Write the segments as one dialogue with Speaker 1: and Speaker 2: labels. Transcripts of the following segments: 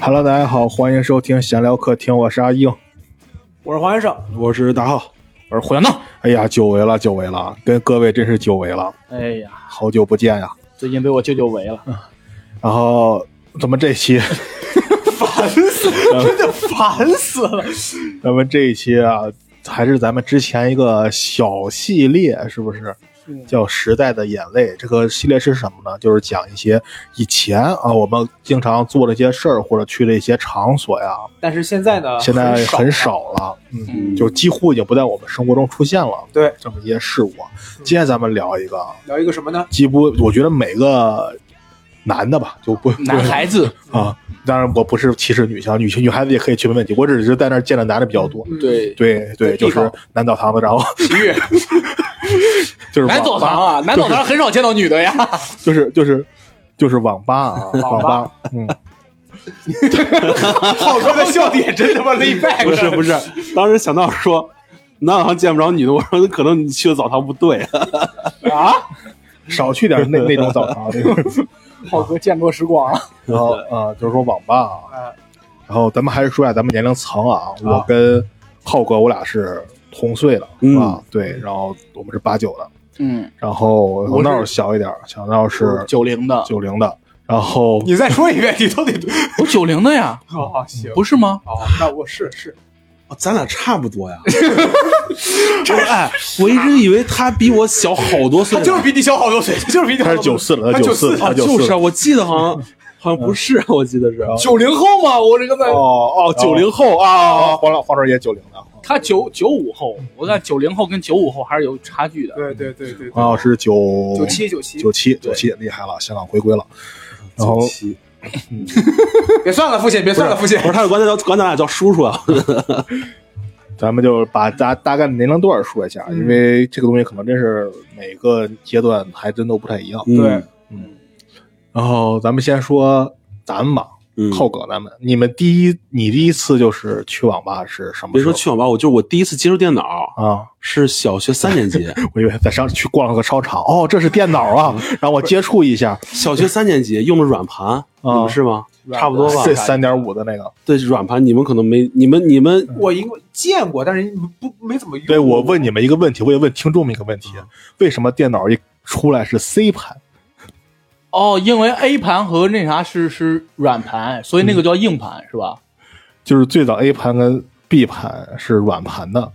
Speaker 1: Hello，大家好，欢迎收听闲聊客厅，我是阿硬，
Speaker 2: 我是黄先生，
Speaker 1: 我是大浩。
Speaker 2: 我是胡小闹。
Speaker 1: 哎呀，久违了，久违了，跟各位真是久违了，
Speaker 2: 哎呀，
Speaker 1: 好久不见呀。
Speaker 2: 最近被我舅舅围了，
Speaker 1: 然后咱们这 期，
Speaker 2: 烦死了，真的烦死了。
Speaker 1: 咱们这一期啊，还是咱们之前一个小系列，是不是？叫《时代的眼泪》这个系列是什么呢？就是讲一些以前啊，我们经常做的一些事儿，或者去的一些场所呀，
Speaker 2: 但是现在呢，
Speaker 1: 现在
Speaker 2: 很
Speaker 1: 很
Speaker 2: 了
Speaker 1: 少了，嗯，
Speaker 2: 嗯
Speaker 1: 就几乎已经不在我们生活中出现了
Speaker 2: 对，
Speaker 1: 这么一些事物。今天咱们聊一个，
Speaker 2: 聊一个什么呢？
Speaker 1: 几乎我觉得每个男的吧，就不
Speaker 3: 男孩子，
Speaker 1: 啊，当然我不是歧视女性，女性女孩子也可以去没问题，我只是在那儿见的男的比较多。
Speaker 3: 对，
Speaker 1: 对对，就
Speaker 2: 地
Speaker 1: 是
Speaker 2: 方
Speaker 1: 男澡堂子，然后
Speaker 2: 体育
Speaker 1: 就是
Speaker 3: 男
Speaker 1: 网
Speaker 3: 澡
Speaker 1: 吧
Speaker 3: 堂啊，男澡堂很少见到女的呀。
Speaker 1: 就是就是就是网吧啊，网
Speaker 2: 网吧
Speaker 1: 吧，嗯，
Speaker 2: 浩哥的笑点真他妈 laid back，
Speaker 4: 不是不是，当时想到说，男澡堂见不着女的，我 说可能你去的澡堂不对，
Speaker 2: 啊？
Speaker 1: 少去点那那种澡堂，就是
Speaker 2: 浩哥见过时光，
Speaker 1: 然后啊，就是说网吧啊，
Speaker 2: 啊
Speaker 1: 然后咱们还是说一下咱们年龄层啊，我
Speaker 2: 啊
Speaker 1: 跟浩哥我俩是同岁的、
Speaker 4: 嗯
Speaker 1: 啊，对，然后我们是八九的，
Speaker 3: 嗯，
Speaker 1: 然后小
Speaker 3: 是
Speaker 1: 闹小一点儿，小闹是
Speaker 3: 九零的，
Speaker 1: 九零的，然后
Speaker 2: 你再说一遍，你到底？
Speaker 3: 我九零的呀，
Speaker 2: 哦，行，
Speaker 3: 不是吗？
Speaker 2: 哦，那我是是，
Speaker 4: 咱俩差不 多呀。哎，我一直以为他比我小好多岁
Speaker 2: 他
Speaker 4: 呢，
Speaker 2: 就是比你小好多岁，他 就是比你小
Speaker 1: 他是
Speaker 2: 好
Speaker 1: 九
Speaker 2: 多岁。
Speaker 1: 四的，
Speaker 2: 他
Speaker 1: 九四，
Speaker 2: 94
Speaker 1: 他
Speaker 4: 啊，
Speaker 1: 九
Speaker 4: 就是嗯
Speaker 1: 四
Speaker 4: 啊，，我记得好像好像不是，我记得是
Speaker 2: 九零后嘛，我这个在
Speaker 4: 哦哦，九零后
Speaker 1: 啊，
Speaker 4: 啊，
Speaker 1: 黄老黄老也九零的，
Speaker 3: 他九九五后，我看九零后跟九五后还是有差距的。
Speaker 2: 对对对对，
Speaker 1: 黄老师啊九
Speaker 2: 九哦七九七
Speaker 1: 九七九七，厉害了，香港回归了，然后
Speaker 4: 七
Speaker 2: 别算了，付谢，别算了，付谢
Speaker 4: 不。是，他管咱叫管咱俩叫叔叔啊。
Speaker 1: 咱们就把大大概年龄段说一下，
Speaker 2: 嗯
Speaker 1: 因为这个东西可能真是每个阶段还真都不太一样。
Speaker 4: 嗯
Speaker 2: 对，
Speaker 1: 然后咱们先说咱们吧，
Speaker 4: 嗯
Speaker 1: 浩哥咱们，你们第一，你第一次就是去网吧是什么
Speaker 4: 别
Speaker 1: 时候？
Speaker 4: 说去网吧，我就是我第一次接触电脑
Speaker 1: 啊，
Speaker 4: 是小学三年 级，
Speaker 1: 我以为在上去逛了个商场，哦，这是电脑啊，让我接触一下，
Speaker 4: 小学三年级用的软盘，你们是吗？差不多吧。
Speaker 1: 这三点五的那个，
Speaker 4: 对软盘，你们可能没，你们你们
Speaker 2: 我应该见过，但是不没怎么用。
Speaker 1: 对我问你们一个问题，我也问听众们一个问题，为什么电脑一出来是 C 盘？
Speaker 3: 哦，因为 A 盘和那啥是是软盘，所以那个叫硬盘是吧？
Speaker 1: 就是最早 A 盘跟 B 盘是软盘的，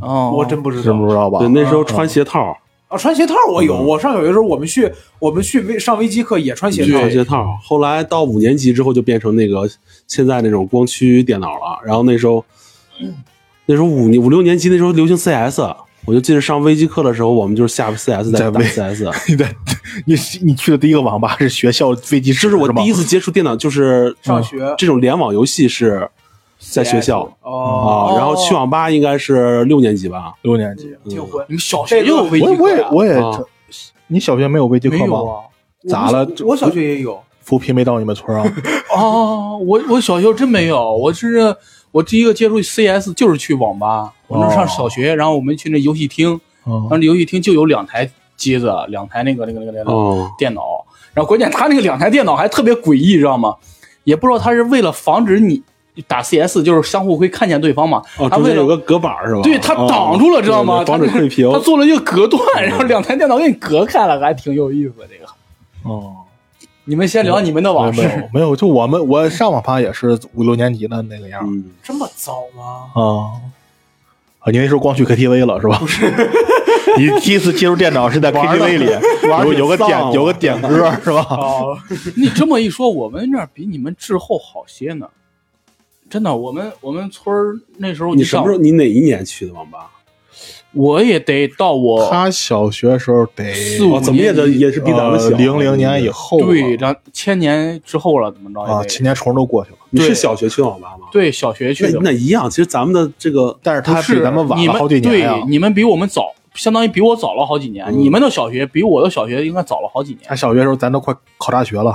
Speaker 3: 哦，
Speaker 2: 我真不知
Speaker 1: 知
Speaker 2: 道
Speaker 1: 不。知道吧
Speaker 4: 对，？那时候穿鞋套，
Speaker 2: 啊，穿鞋套我有。我上小学的时候，我们去我们去微上微机课也穿鞋套
Speaker 4: 穿。鞋套。后来到五年级之后就变成那个现在那种光驱电脑了。然后那时候，
Speaker 3: 嗯
Speaker 4: 那时候五年五六年级那时候流行 CS，我就记得上微机课的时候，我们就是下 CS
Speaker 1: 在
Speaker 4: 在打
Speaker 1: 微
Speaker 4: CS。
Speaker 1: 你在你你去的第一个网吧是学校飞机室，
Speaker 4: 这是我
Speaker 1: 吗
Speaker 4: 第一次接触电脑，就是嗯
Speaker 2: 上学
Speaker 4: 这种联网游戏是在学校
Speaker 2: 哦，
Speaker 4: 啊，然后去网吧应该是六年级吧。
Speaker 1: 六年级，
Speaker 2: 挺混。
Speaker 3: 你们小学就有微
Speaker 1: 我
Speaker 3: 机
Speaker 1: 也我
Speaker 3: 课
Speaker 1: 也
Speaker 3: 呀？
Speaker 1: 我也
Speaker 4: 啊，
Speaker 1: 你小学没有微机
Speaker 3: 没
Speaker 1: 课
Speaker 3: 有
Speaker 1: 吗？
Speaker 3: 啊。
Speaker 1: 咋了
Speaker 2: 我我小学也有。
Speaker 1: 扶贫没到你们村啊？
Speaker 3: 哦，我我小学真没有，我是我第一个接触 CS 就是去网吧，我那时候上小学，然后我们去那游戏厅，然后
Speaker 1: 嗯
Speaker 3: 那游戏厅就有两台机子，两台那个那个那个那个、
Speaker 4: 哦，
Speaker 3: 电脑，然后关键他那个两台电脑还特别诡异，知道吗？也不知道他是为了防止你打 CS，就是相互会看见对方嘛，
Speaker 4: 哦，
Speaker 3: 他为
Speaker 4: 中间有
Speaker 3: 了。
Speaker 4: 个隔板是吧？哦
Speaker 3: 对他挡住了，知道吗？
Speaker 4: 对对防止哦
Speaker 3: 他
Speaker 4: 窥屏
Speaker 3: 他做了一个隔断，
Speaker 4: 哦
Speaker 3: 然后两台电脑给你隔开了，还挺有意思的。这个，
Speaker 1: 哦，
Speaker 3: 你们
Speaker 4: 哦
Speaker 3: 先聊你们的往
Speaker 1: 没有没
Speaker 3: 事。
Speaker 1: 有没有，就我们我上网吧也是五六年级的那个样儿
Speaker 4: 嗯，
Speaker 2: 这么早吗？
Speaker 1: 啊。啊，你那时候光去 KTV 了是吧？不是， 你第一次接触电脑是在 KTV 里，有有个
Speaker 4: 丧
Speaker 1: 点
Speaker 4: 了
Speaker 1: 有个点歌是 吧？
Speaker 2: 哦，
Speaker 3: 你这么一说，我们那儿比你们滞后好些呢。真的，我们我们村儿那时候
Speaker 4: 你什么时候
Speaker 3: 上
Speaker 4: 你哪一年去的网吧？
Speaker 3: 我也得到我
Speaker 1: 他小学时候得
Speaker 3: 四五
Speaker 4: 哦，怎么也得也是比咱们小。
Speaker 1: 呃
Speaker 4: 嗯
Speaker 1: 零零年以后吧
Speaker 3: 对，然后千年之后了，怎么着也得
Speaker 1: 啊，前年虫都过去了，
Speaker 4: 你是
Speaker 3: 对
Speaker 4: 小学去网吧吗？
Speaker 3: 对小学去
Speaker 4: 那
Speaker 3: 的，
Speaker 4: 那一样，其实咱们的这个
Speaker 1: 但是
Speaker 3: 不
Speaker 1: 他比
Speaker 3: 是
Speaker 1: 咱们晚
Speaker 3: 你
Speaker 1: 了好几年啊呀
Speaker 3: 对，。你们比我们早，相当于比我早了好几年。
Speaker 4: 嗯
Speaker 3: 你们的小学比我的小学应该早了好几年
Speaker 1: 他。小学时候咱都快考大学了，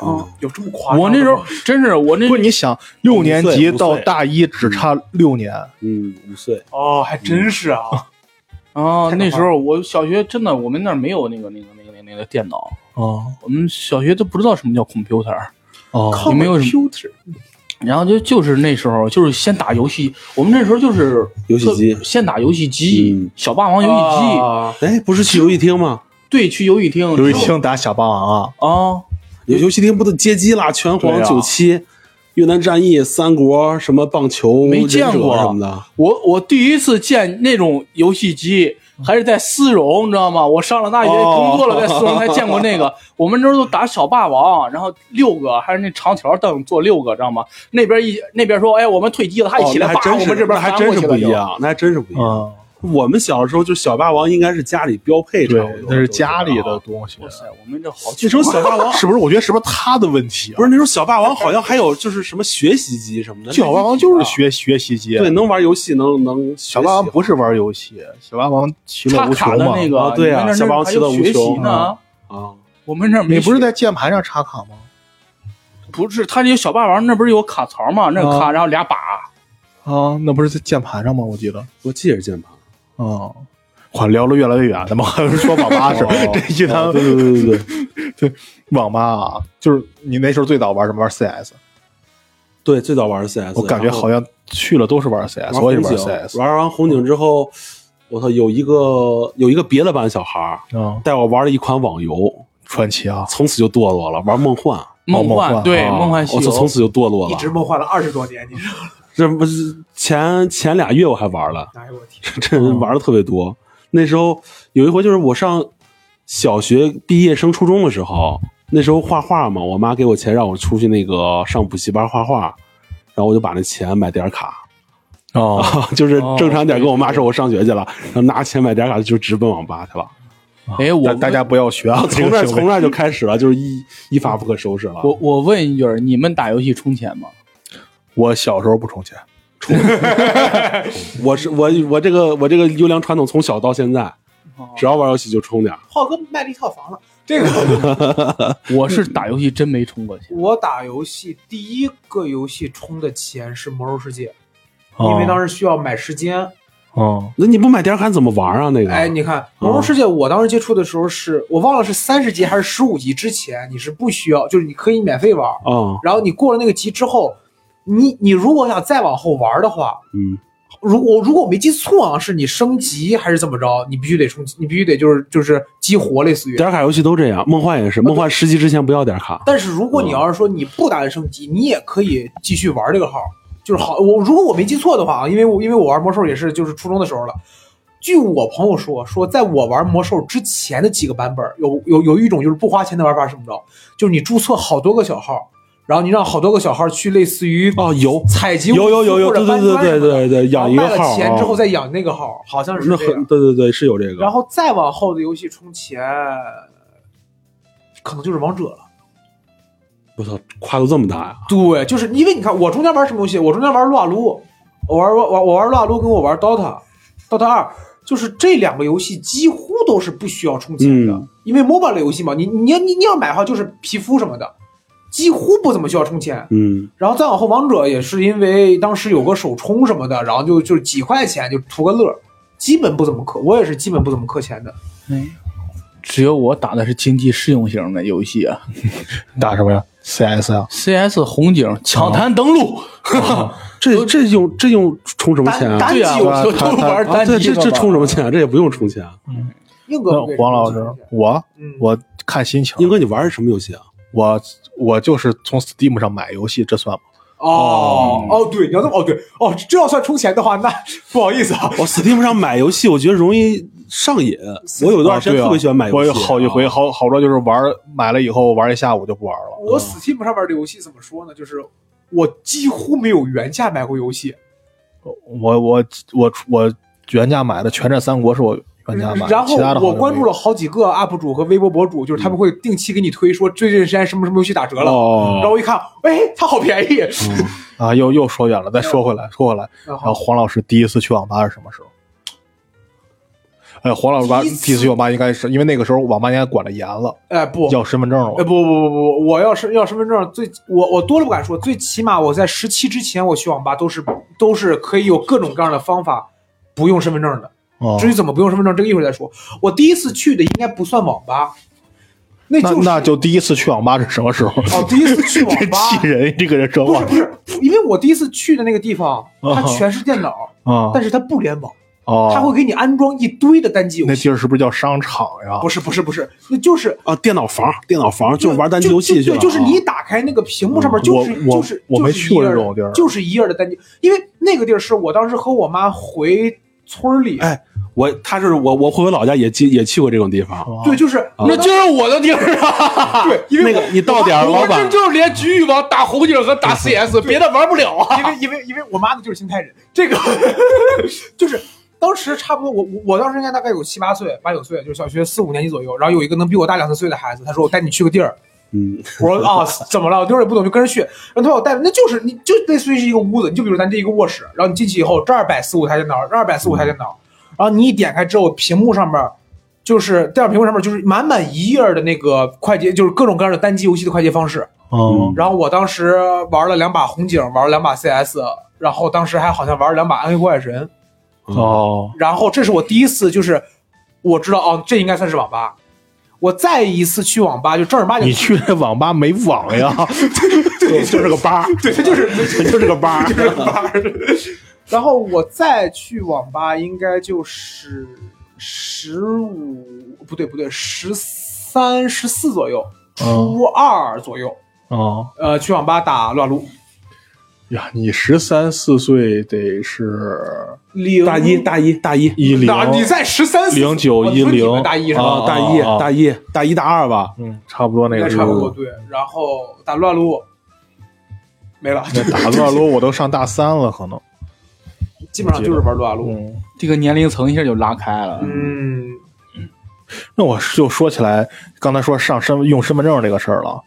Speaker 4: 嗯
Speaker 2: 有这么夸张？
Speaker 3: 我那时候真是我那
Speaker 1: 不是你想六年级
Speaker 4: 五岁
Speaker 1: 到大一只差六年，
Speaker 4: 嗯，五岁，
Speaker 2: 哦，还真是
Speaker 3: 嗯
Speaker 2: 啊。太可
Speaker 3: 啊，
Speaker 2: 怕了
Speaker 3: 那时候我小学真的我们那儿没有那个那个那个那个那个电脑，
Speaker 1: 哦，
Speaker 3: 我们小学都不知道什么叫 computer，
Speaker 1: 哦，
Speaker 3: 也没有什么
Speaker 2: computer
Speaker 3: 然后就就是那时候，就是先打游戏。我们那时候就是
Speaker 4: 游戏机
Speaker 3: 先打游戏机，
Speaker 4: 嗯
Speaker 3: 小霸王游戏机。
Speaker 2: 啊
Speaker 4: 哎，不是去游戏厅吗？
Speaker 3: 对，去游戏厅，
Speaker 1: 刘一清打小霸王啊，
Speaker 3: 啊，
Speaker 4: 有游戏厅不都街机啦？拳
Speaker 1: 对
Speaker 4: 皇
Speaker 1: 啊
Speaker 4: 九七、越南战役、三国什么棒球、
Speaker 3: 没见
Speaker 4: 忍者
Speaker 3: 过
Speaker 4: 什么的。
Speaker 3: 我我第一次见那种游戏机，
Speaker 4: 嗯
Speaker 3: 还是在丝绒，你知道吗？我上了大学
Speaker 1: 哦
Speaker 3: 工作了，在丝绒才见过那个。 我们那时候都打小霸王，然后六个还是那长条凳坐六个，知道吗？那边一那边说，哎，我们退役了，他一起来，
Speaker 4: 哦那还
Speaker 3: 叭、
Speaker 4: 真
Speaker 3: 我
Speaker 4: 是
Speaker 3: 们这边
Speaker 4: 那还
Speaker 3: 翻
Speaker 4: 真
Speaker 3: 过
Speaker 4: 是
Speaker 3: 去
Speaker 4: 不
Speaker 3: 了
Speaker 4: 一
Speaker 3: 就。
Speaker 4: 样，那还真是不一样。
Speaker 1: 嗯，
Speaker 4: 我们小的时候就小霸王应该是家里标配，差不
Speaker 1: 对
Speaker 4: 多，
Speaker 1: 那是家里的
Speaker 4: 啊
Speaker 1: 东西
Speaker 3: 哇。塞，我们这好
Speaker 4: 那时候小霸 王
Speaker 1: 是不是？我觉得是不是他的问题啊？
Speaker 4: 不是那时候小霸王好像还有就是什么学习机什么的。
Speaker 1: 小霸王就是学学习机，
Speaker 4: 对，能玩游戏，能能
Speaker 1: 小霸王
Speaker 4: 学习
Speaker 1: 不是玩游戏，小霸王其乐
Speaker 3: 插
Speaker 1: 无
Speaker 3: 卡
Speaker 1: 穷
Speaker 3: 的
Speaker 1: 嘛。
Speaker 3: 那个，
Speaker 4: 啊对啊
Speaker 3: 你们那
Speaker 4: 小霸
Speaker 3: 儿
Speaker 4: 王
Speaker 3: 还
Speaker 4: 其乐
Speaker 3: 有学
Speaker 4: 无
Speaker 3: 习
Speaker 4: 穷
Speaker 3: 呢。
Speaker 4: 啊，
Speaker 3: 我们这儿没
Speaker 1: 你不是
Speaker 3: 学
Speaker 1: 在键盘上插卡吗？
Speaker 3: 不是，他有小霸王，那不是有卡槽吗？那
Speaker 1: 啊
Speaker 3: 卡然后俩把，
Speaker 4: 哦
Speaker 1: 啊，那不是在键盘上吗？我记得。
Speaker 4: 我记着键盘。
Speaker 1: 啊，我聊了越来越远，咱们还是说网吧是吧 这一
Speaker 4: 啊
Speaker 1: 趟
Speaker 4: 对对对对对
Speaker 1: 网吧啊，就是你那时候最早玩什么？玩 CS，
Speaker 4: 对，最早玩 CS，
Speaker 1: 我感觉
Speaker 4: 然后
Speaker 1: 好像去了都是玩 CS，
Speaker 4: 玩
Speaker 1: 我也
Speaker 4: 红
Speaker 1: 玩
Speaker 4: 警，
Speaker 1: CS
Speaker 4: 玩完红警之后，我操，有一个有一个别的班小孩儿
Speaker 1: 啊，
Speaker 4: 带我玩了一款网游，
Speaker 1: 传奇啊，
Speaker 4: 从此就堕落了，玩梦幻。
Speaker 1: 梦
Speaker 3: 幻
Speaker 1: 幻
Speaker 3: 对、
Speaker 4: 啊
Speaker 3: 梦幻西
Speaker 4: 我
Speaker 3: 游
Speaker 4: 操，从此就堕落
Speaker 2: 一
Speaker 4: 了。
Speaker 2: 直梦幻了二十多年，你知道吗？
Speaker 4: 这不是前前俩月我还玩了，
Speaker 2: 哎呦我天，
Speaker 4: 这
Speaker 1: 嗯
Speaker 4: 玩的特别多。那时候有一回就是我上小学毕业升初中的时候，那时候画画嘛，我妈给我钱让我出去那个上补习班画画，然后我就把那钱买点卡，
Speaker 1: 啊
Speaker 4: 就是
Speaker 2: 哦
Speaker 4: 正常点跟我妈说我上学去了，然后拿钱买点卡就直奔网吧去了。
Speaker 3: 哎，我
Speaker 1: 大大家不要学啊，这
Speaker 4: 从那
Speaker 1: 个行为
Speaker 4: 从那就开始了，就是一一发不可收拾了。
Speaker 3: 我我问一句儿，你们打游戏充钱吗？
Speaker 1: 我小时候不充钱，
Speaker 4: 我是我我这个我这个优良传统从小到现在，
Speaker 2: 哦
Speaker 4: 只要玩游戏就充点儿。
Speaker 2: 浩哥卖了一套房了。这个
Speaker 3: 我是打游戏真没充过钱。
Speaker 2: 我打游戏第一个游戏充的钱是《魔兽世界》，
Speaker 3: 哦
Speaker 2: 因为当
Speaker 1: 时
Speaker 2: 时需要买时间。
Speaker 1: 嗯
Speaker 4: 那你不买点卡怎么玩啊？那个
Speaker 2: 哎，你看《魔兽世界》，我当时接触的时候是我忘了是三十级还是十五级之前，你是不需要，就是你可以免费玩。
Speaker 4: 啊
Speaker 2: 然后你过了那个级之后，你你如果想再往后玩的话，
Speaker 4: 嗯
Speaker 2: 如果如果我没记错啊，是你升级还是怎么着？你必须得充，你必须得就是就是激活，类似于。
Speaker 4: 点卡游戏都这样，梦幻也是，梦幻十级之前不要点卡。
Speaker 2: 但是如果你要是说你不打算升级，你也可以继续玩这个号，就是好。我如果我没记错的话啊，因为我因为我玩魔兽也是就是初中的时候了。据我朋友说，说在我玩魔兽之前的几个版本，有有有一种就是不花钱的玩法，是怎么着？就是你注册好多个小号，然后你让好多个小号去类似于
Speaker 4: 哦，有
Speaker 2: 采集
Speaker 4: 有有
Speaker 2: 物资
Speaker 4: 有有
Speaker 2: 或者搬砖什么
Speaker 4: 对对对
Speaker 2: 的
Speaker 4: 对对对养一个
Speaker 2: 然后卖
Speaker 4: 号
Speaker 2: 了钱
Speaker 4: 啊
Speaker 2: 之后再养那个号，好像是
Speaker 4: 那
Speaker 2: 这样
Speaker 4: 很。对对对是有这个。
Speaker 2: 然后再往后的游戏充钱，可能就是王者了。
Speaker 4: 我操，跨度这么大呀！
Speaker 2: 对，就是因为你看我中间玩什么游戏，我中间玩撸啊撸，我玩我我我玩撸啊撸，跟我玩 DOTA，DOTA 二，就是这两个游戏几乎都是不需要充钱的，
Speaker 4: 嗯
Speaker 2: 因为 MOBA 类游戏嘛，你你要你你要买的话就是皮肤什么的，几乎不怎么需要充钱。
Speaker 4: 嗯，
Speaker 2: 然后再往后，王者也是因为当时有个首充什么的，然后就就是几块钱就图个乐儿，基本不怎么氪，我也是基本不怎么氪钱的。
Speaker 3: 哎，只有我打的是经济适用型的游戏啊
Speaker 1: 你嗯打什么呀？CS 啊，
Speaker 3: ，CS、红警、抢滩登陆，
Speaker 4: 这这用这用充什么钱啊？
Speaker 2: 单
Speaker 3: 对呀、
Speaker 2: 机游
Speaker 3: 我
Speaker 2: 戏
Speaker 3: 就都玩
Speaker 4: 啊，
Speaker 3: 单
Speaker 4: 这
Speaker 3: 机
Speaker 4: 这
Speaker 3: 的吧
Speaker 4: 这充什么钱啊？这也不用充钱。
Speaker 2: 硬哥
Speaker 1: 那
Speaker 2: 不给
Speaker 1: 黄老
Speaker 2: 充
Speaker 1: 师
Speaker 2: 钱，
Speaker 1: 我
Speaker 2: 嗯，
Speaker 1: 我看心情，
Speaker 4: 英哥，你玩的什么游戏啊？
Speaker 1: 我我就是从 Steam 上买游戏，这算吗？
Speaker 2: 哦哦，对，你要这么哦，对哦，这要算充钱的话，那不好意思啊，
Speaker 4: 我 Steam 上买游戏，我觉得容易上瘾。我有一段时间
Speaker 1: 啊对啊
Speaker 4: 特别喜欢买游戏，
Speaker 1: 我有好几回
Speaker 4: 啊
Speaker 1: 好好多就是玩买了以后玩一下午就不玩了。
Speaker 2: 我 Steam 上面的游戏怎么说呢？就是我几乎没有原价买过游戏，
Speaker 1: 我我我我原价买的《全战三国》是我原价买的，
Speaker 2: 然后
Speaker 1: 其他的好
Speaker 2: 我
Speaker 1: 像
Speaker 2: 关
Speaker 1: 没
Speaker 2: 注了好几个 UP 主和微博博主，就是他们会定期给你推说最近时间什么什么游戏打折了，
Speaker 1: 嗯
Speaker 2: 然后
Speaker 4: 哦，
Speaker 2: 我一看，哎，它好便宜。
Speaker 1: 啊，又又说远了，再说回来，说回来，
Speaker 2: 然
Speaker 1: 然后
Speaker 2: 后
Speaker 1: 黄老师第一次去网吧是什么时候？哎，黄老师吧，
Speaker 2: 第一
Speaker 1: 第一
Speaker 2: 次
Speaker 1: 次去网吧应该是因为那个时候网吧应该管的严了，
Speaker 2: 哎不，
Speaker 1: 要身份证
Speaker 2: 哎
Speaker 1: 了。
Speaker 2: 不不不不，我要身要身份证，最我我多了不敢说，最起码我在十七之前我去网吧都是都是可以有各种各样的方法不用身份证的。
Speaker 1: 哦
Speaker 2: 至于怎么不用身份证，这个一会儿再说。我第一次去的应该不算网吧，那
Speaker 1: 那
Speaker 2: 就是
Speaker 1: 那就第一次去网吧是什么时候？
Speaker 2: 哦，第一次去网
Speaker 1: 真
Speaker 2: 吧，
Speaker 1: 气人！ 这个人说
Speaker 2: 不
Speaker 1: 话
Speaker 2: 是不是，因为我第一次去的那个地方，它
Speaker 1: 啊
Speaker 2: 全是电脑，
Speaker 1: 啊
Speaker 2: 但是它不联网，它会
Speaker 1: 哦，
Speaker 2: 给你安装一堆的单机游
Speaker 1: 那
Speaker 2: 戏。
Speaker 1: 地儿是不是叫商场呀？
Speaker 2: 不是不是不是，那就是
Speaker 4: 啊，电脑房，电脑房就玩单机游戏去
Speaker 2: 对，
Speaker 4: 了，啊
Speaker 2: 就是啊嗯你一打开那个屏幕上面就是
Speaker 1: 我我
Speaker 2: 就是
Speaker 1: 我没
Speaker 2: 就是
Speaker 1: 去过
Speaker 2: 一页
Speaker 1: 这
Speaker 2: 的
Speaker 1: 种地儿
Speaker 2: 就是一页的单机，因为那个地儿是我当时和我妈回村里，
Speaker 4: 哎，我他是我我回我老家也去也去过这种地方，
Speaker 1: 哦
Speaker 2: 对，就是
Speaker 3: 那就是我的地儿 啊！
Speaker 2: 对，因为
Speaker 4: 那个
Speaker 2: 我
Speaker 4: 你到点儿，
Speaker 3: 我
Speaker 4: 老
Speaker 3: 这
Speaker 4: 板
Speaker 3: 就是连局域网打红警和打 CS，别的玩不了啊！
Speaker 2: 因为因为因为我妈呢就是邢台人，这 个就是当时差不多我我我当时应该大概有七八岁八九岁，就是小学四五年级左右。然后有一个能比我大两三岁的孩子，他说我带你去个地儿，
Speaker 4: 嗯，
Speaker 2: 我说啊怎么了？我那会儿也不懂，就跟着去。然后他把我带，那就是你就类似于是一个屋子，你就比如咱这一个卧室，然后你进去以后，这儿摆四五台电脑，这儿摆四五台电脑，然后你一点开之后，屏幕上面。就是电脑屏幕上面就是满满一页的那个快捷，就是各种各样的单机游戏的快捷方式，
Speaker 1: 嗯，
Speaker 2: 然后我当时玩了两把红警，玩了两把 CS，然后当时还好像玩了两把暗黑破坏神。
Speaker 1: 哦，
Speaker 2: 然后这是我第一次，就是我知道哦，这应该算是网吧。我再一次去网吧，就正儿八经
Speaker 1: 你，去那网吧没网 呀？ 对，就是个 吧，
Speaker 2: 对，它就是
Speaker 1: 就是个吧。
Speaker 2: 然后我再去网吧，应该就是十五，不对不对，十三、十四左右，
Speaker 1: 嗯
Speaker 2: 初二左右，
Speaker 1: 哦
Speaker 2: 呃，去网吧打撸啊撸。
Speaker 1: 呀，你十三四岁得是
Speaker 2: 零
Speaker 4: 大一大一大一
Speaker 1: 一零
Speaker 2: 那你在十三
Speaker 1: 零九一零
Speaker 2: 大一是吧？
Speaker 1: 啊
Speaker 4: 啊大一大一大一大二吧，
Speaker 1: 嗯，差不多那
Speaker 2: 应
Speaker 1: 个
Speaker 2: 该
Speaker 1: 时
Speaker 2: 差不
Speaker 1: 候
Speaker 2: 多。对。然后打撸啊撸没了，
Speaker 1: 那 打撸啊撸我都上大三了，可能。
Speaker 2: 基本上就是玩撸啊撸。
Speaker 1: 嗯，
Speaker 3: 这个年龄层一下就拉开了。
Speaker 2: 嗯，
Speaker 1: 那我就说起来，刚才说上身用身份证这个事儿了，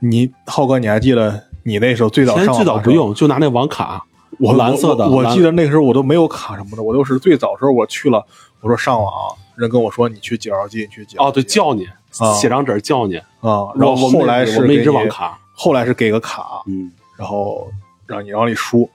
Speaker 1: 你浩哥，你还记得你那时候最早
Speaker 4: 前
Speaker 1: 上
Speaker 4: 最
Speaker 1: 网
Speaker 4: 早
Speaker 1: 吧
Speaker 4: 不
Speaker 1: 时候，
Speaker 4: 用，就拿那网卡，
Speaker 1: 我
Speaker 4: 蓝色的，
Speaker 1: 我我
Speaker 4: 蓝
Speaker 1: 记得那个时候我都没有卡什么的，我都是最早时候我去了，我说上网，啊人跟我说你去几号机，你去几号
Speaker 4: 哦，对，叫你
Speaker 1: 啊
Speaker 4: 写张纸儿叫你，
Speaker 1: 啊，然后
Speaker 4: 我我
Speaker 1: 后来
Speaker 4: 们
Speaker 1: 是
Speaker 4: 我们一
Speaker 1: 给
Speaker 4: 直
Speaker 1: 你
Speaker 4: 网，卡，
Speaker 1: 后来是给个卡，
Speaker 4: 嗯，
Speaker 1: 然后让你往里输，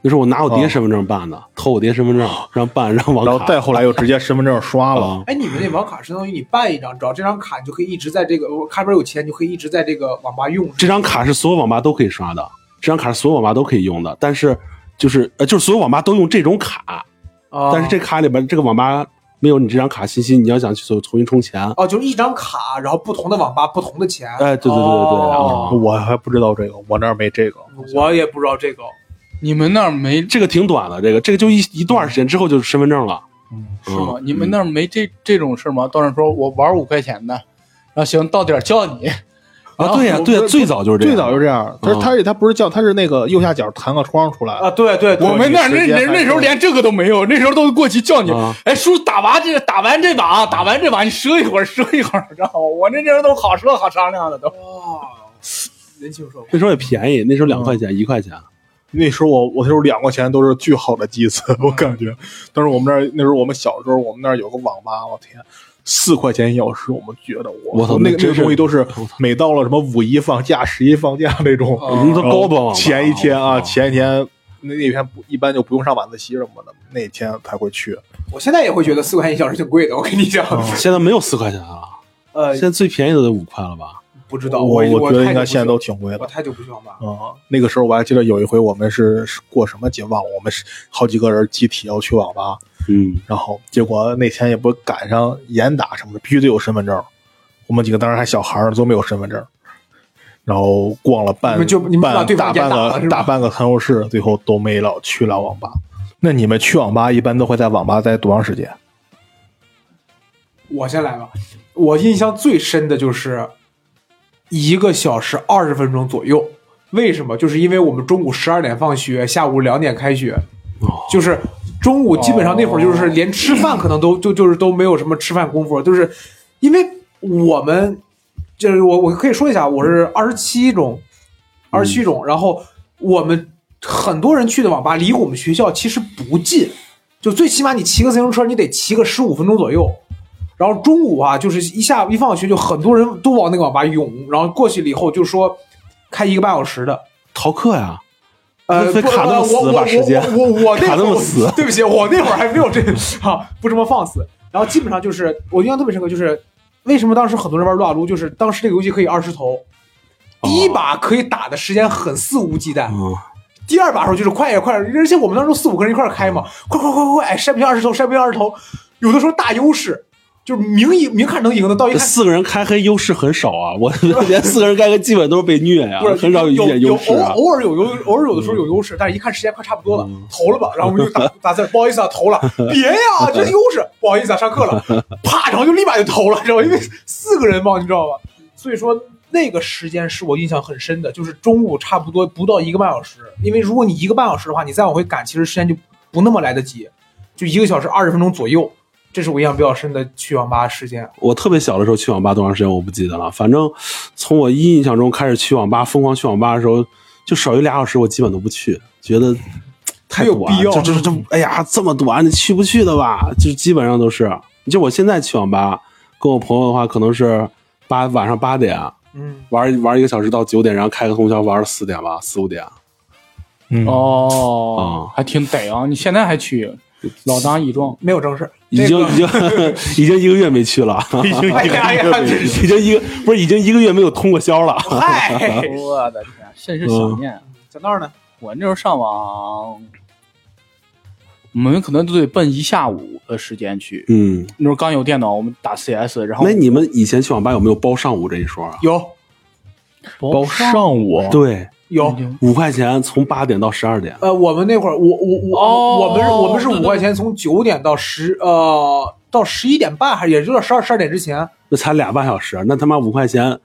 Speaker 4: 那是我拿我
Speaker 1: 哦
Speaker 4: 爹身份证办的，偷我爹身份证让办让网
Speaker 1: 然后
Speaker 4: 卡，
Speaker 1: 再后来又直接身份证刷了。
Speaker 4: 啊，
Speaker 2: 哎，你们那网卡相当于你办一张，只要这张卡，你就可以一直在这个卡里边有钱，你就可以一直在这个网吧用。
Speaker 4: 这张卡是所有网吧都可以刷的，这张卡是所有网吧都可以用的，但是就是呃就是所有网吧都用这种卡，
Speaker 2: 啊，
Speaker 4: 但是这卡里边这个网吧没有你这张卡信息，你要想去重重新充钱，
Speaker 2: 哦，就是一张卡，然后不同的网吧不同的钱。
Speaker 4: 哎，对对对对对
Speaker 2: 哦
Speaker 4: 啊，
Speaker 1: 我还不知道这个，我那儿没这个。
Speaker 2: 我也不知道这个，
Speaker 3: 你们那儿没
Speaker 4: 这个挺短的，这个这个就一一段时间之后就是身份证了，
Speaker 3: 嗯
Speaker 4: 嗯
Speaker 3: 是吗？你们那儿没这这种事儿吗？到那说我玩五块钱的，然后行，到点儿叫你。
Speaker 4: 啊，对呀对呀，最早就是这
Speaker 1: 最
Speaker 4: 样，
Speaker 1: 早就这样，他
Speaker 4: 嗯
Speaker 1: 他他不是叫，他是那个右下角弹个窗出来
Speaker 2: 啊，对对对，
Speaker 3: 我们那儿那
Speaker 1: 时间还
Speaker 3: 那那时候
Speaker 1: 是
Speaker 3: 连这个都没有，那时候都过去叫你
Speaker 4: 啊，
Speaker 3: 哎，叔打完这打完这把啊，打完这把你赊一会儿，赊一会儿，知道吗？我那时候都好赊好商量的都。
Speaker 2: 哦，人情社会。
Speaker 4: 那时候也便宜，那时候两块钱一块钱，
Speaker 1: 那时候我我那时候两块钱都是巨好的机子，我感觉。但是我们那儿那时候我们小时候，我们那儿有个网吧，我天，四块钱一小时，我们觉得
Speaker 4: 我操
Speaker 1: 那个
Speaker 4: 那
Speaker 1: 那
Speaker 4: 真
Speaker 1: 个
Speaker 4: 是
Speaker 1: 东西都是每到了什么五一放假、十一放假那种，
Speaker 3: 哦
Speaker 4: 你们都高端网吧
Speaker 1: 前一天啊，
Speaker 4: 我操
Speaker 1: 前一天那那天不一般就不用上晚自习什么的，那天才会去。
Speaker 2: 我现在也会觉得四块钱一小时挺贵的，我跟你讲。
Speaker 4: 现在没有四块钱了。
Speaker 2: 呃
Speaker 4: 嗯现，在最便宜的得五块了吧？
Speaker 2: 不知道，
Speaker 1: 我
Speaker 2: 我
Speaker 1: 觉得应该现在都
Speaker 2: 去，
Speaker 1: 挺贵的
Speaker 2: 我。太久不去网吧了。
Speaker 1: 啊、那个时候我还记得有一回我们是是过什么节忘了，我们是好几个人集体要去网吧，
Speaker 4: 嗯，
Speaker 1: 然后结果那天也不赶上严打什么的，必须得有身份证。我们几个当时还小孩儿，都没有身份证，然后逛了半
Speaker 2: 你们就你们把
Speaker 1: 半
Speaker 2: 对
Speaker 1: 大
Speaker 2: 方
Speaker 1: 半
Speaker 2: 严打了是
Speaker 1: 个
Speaker 2: 吧
Speaker 1: 大半个看护室，最后都没了，去了网吧。那你们去网吧一般都会在网吧待多长时间？
Speaker 2: 我先来吧。我印象最深的就是一个小时二十分钟左右。为什么？就是因为我们中午十二点放学，下午两点开学，
Speaker 4: 哦
Speaker 2: 就是中午基本上那会儿就是连吃饭可能都就就是都没有什么吃饭功夫，就是因为我们就是我我可以说一下，我是二十七中，二十七中，然后我们很多人去的网吧离我们学校其实不近，就最起码你骑个自行车你得骑个十五分钟左右。然后中午啊，就是一下一放学就很多人都往那个网吧涌，然后过去了以后就说开一个半小时的，
Speaker 4: 逃课呀，
Speaker 2: 呃，
Speaker 4: 那非
Speaker 2: 不
Speaker 4: 卡那么
Speaker 2: 呃
Speaker 4: 死
Speaker 2: 我
Speaker 4: 把
Speaker 2: 我
Speaker 4: 时间
Speaker 2: 我我我那
Speaker 4: 卡那
Speaker 2: 会儿
Speaker 4: 么死
Speaker 2: 对不起，我那会儿还没有这啊，不这么放肆。然后基本上就是我印象特别深刻，就是为什么当时很多人玩撸啊撸，就是当时这个游戏可以二十头，
Speaker 4: 哦
Speaker 2: 第一把可以打的时间很肆无忌惮，
Speaker 4: 嗯，
Speaker 2: 第二把的时候就是快呀快点，而且我们当时四五个人一块儿开嘛，快快快快快，哎，扇不下二十头，扇不下二十头，有的时候大优势，就是明一明看能赢的，到一
Speaker 4: 这
Speaker 2: 看
Speaker 4: 四个人开黑优势很少啊，我 连四个人开黑基本都是被虐呀、
Speaker 2: 不是
Speaker 4: 啊很少
Speaker 2: 有
Speaker 4: 一点
Speaker 2: 有哦
Speaker 4: 优势啊。
Speaker 2: 偶偶尔有优，偶尔有的时候有优势，但是一看时间快差不多了，
Speaker 4: 嗯
Speaker 2: 投了吧，然后我们就 打打字，不好意思啊，投了，别呀，这是优势，不好意思啊，上课了，啪，然后就立马就投了，知道吗？因为四个人嘛，你知道吧？所以说那个时间是我印象很深的，就是中午差不多不到一个半小时，因为如果你一个半小时的话，你再往回赶，其实时间就不那么来得及，就一个小时二十分钟左右，这是我印象比较深的去网吧的时间。
Speaker 4: 我特别小的时候去网吧多长时间我不记得了，反正从我一印象中开始去网吧，疯狂去网吧的时候，就少于俩小时我基本都不去，觉得太
Speaker 2: 没有
Speaker 4: 短，
Speaker 2: 必要
Speaker 4: 就就就哎呀这么短，你去不去的吧？就基本上都是，就我现在去网吧，跟我朋友的话可能是八晚上八点啊
Speaker 2: 嗯，
Speaker 4: 玩玩一个小时到九点，然后开个通宵玩到四点吧，四五点。
Speaker 1: 嗯，
Speaker 3: 哦，还挺逮啊！你现在还去，老当益壮。
Speaker 2: 没有正 事，
Speaker 4: 已经
Speaker 2: 这个
Speaker 4: 已经已经一个月没去了，
Speaker 1: 毕竟
Speaker 2: 哎呀哎呀，真 是
Speaker 4: 已经一个不是已经一个月没有通过宵了。
Speaker 2: 嗨，
Speaker 3: 我的天，甚是想念。
Speaker 2: 讲到这儿呢。
Speaker 3: 我那时候上网，我们可能都得奔一下午的时间去。
Speaker 4: 嗯，
Speaker 3: 那时候刚有电脑，我们打 CS，然后
Speaker 4: 那你们以前去网吧有没有包上午这一说啊？
Speaker 2: 有
Speaker 1: 包上午，
Speaker 4: 对，
Speaker 2: 有，
Speaker 4: 五块钱从八点到十二点，
Speaker 2: 呃，我们那会儿，我我我、
Speaker 3: 哦
Speaker 2: 我们是我们是
Speaker 3: 对对
Speaker 2: 五块钱，从九点到十呃到十一点半，还是也就是十二十二点之前，
Speaker 4: 那才俩半小时，那他妈五块钱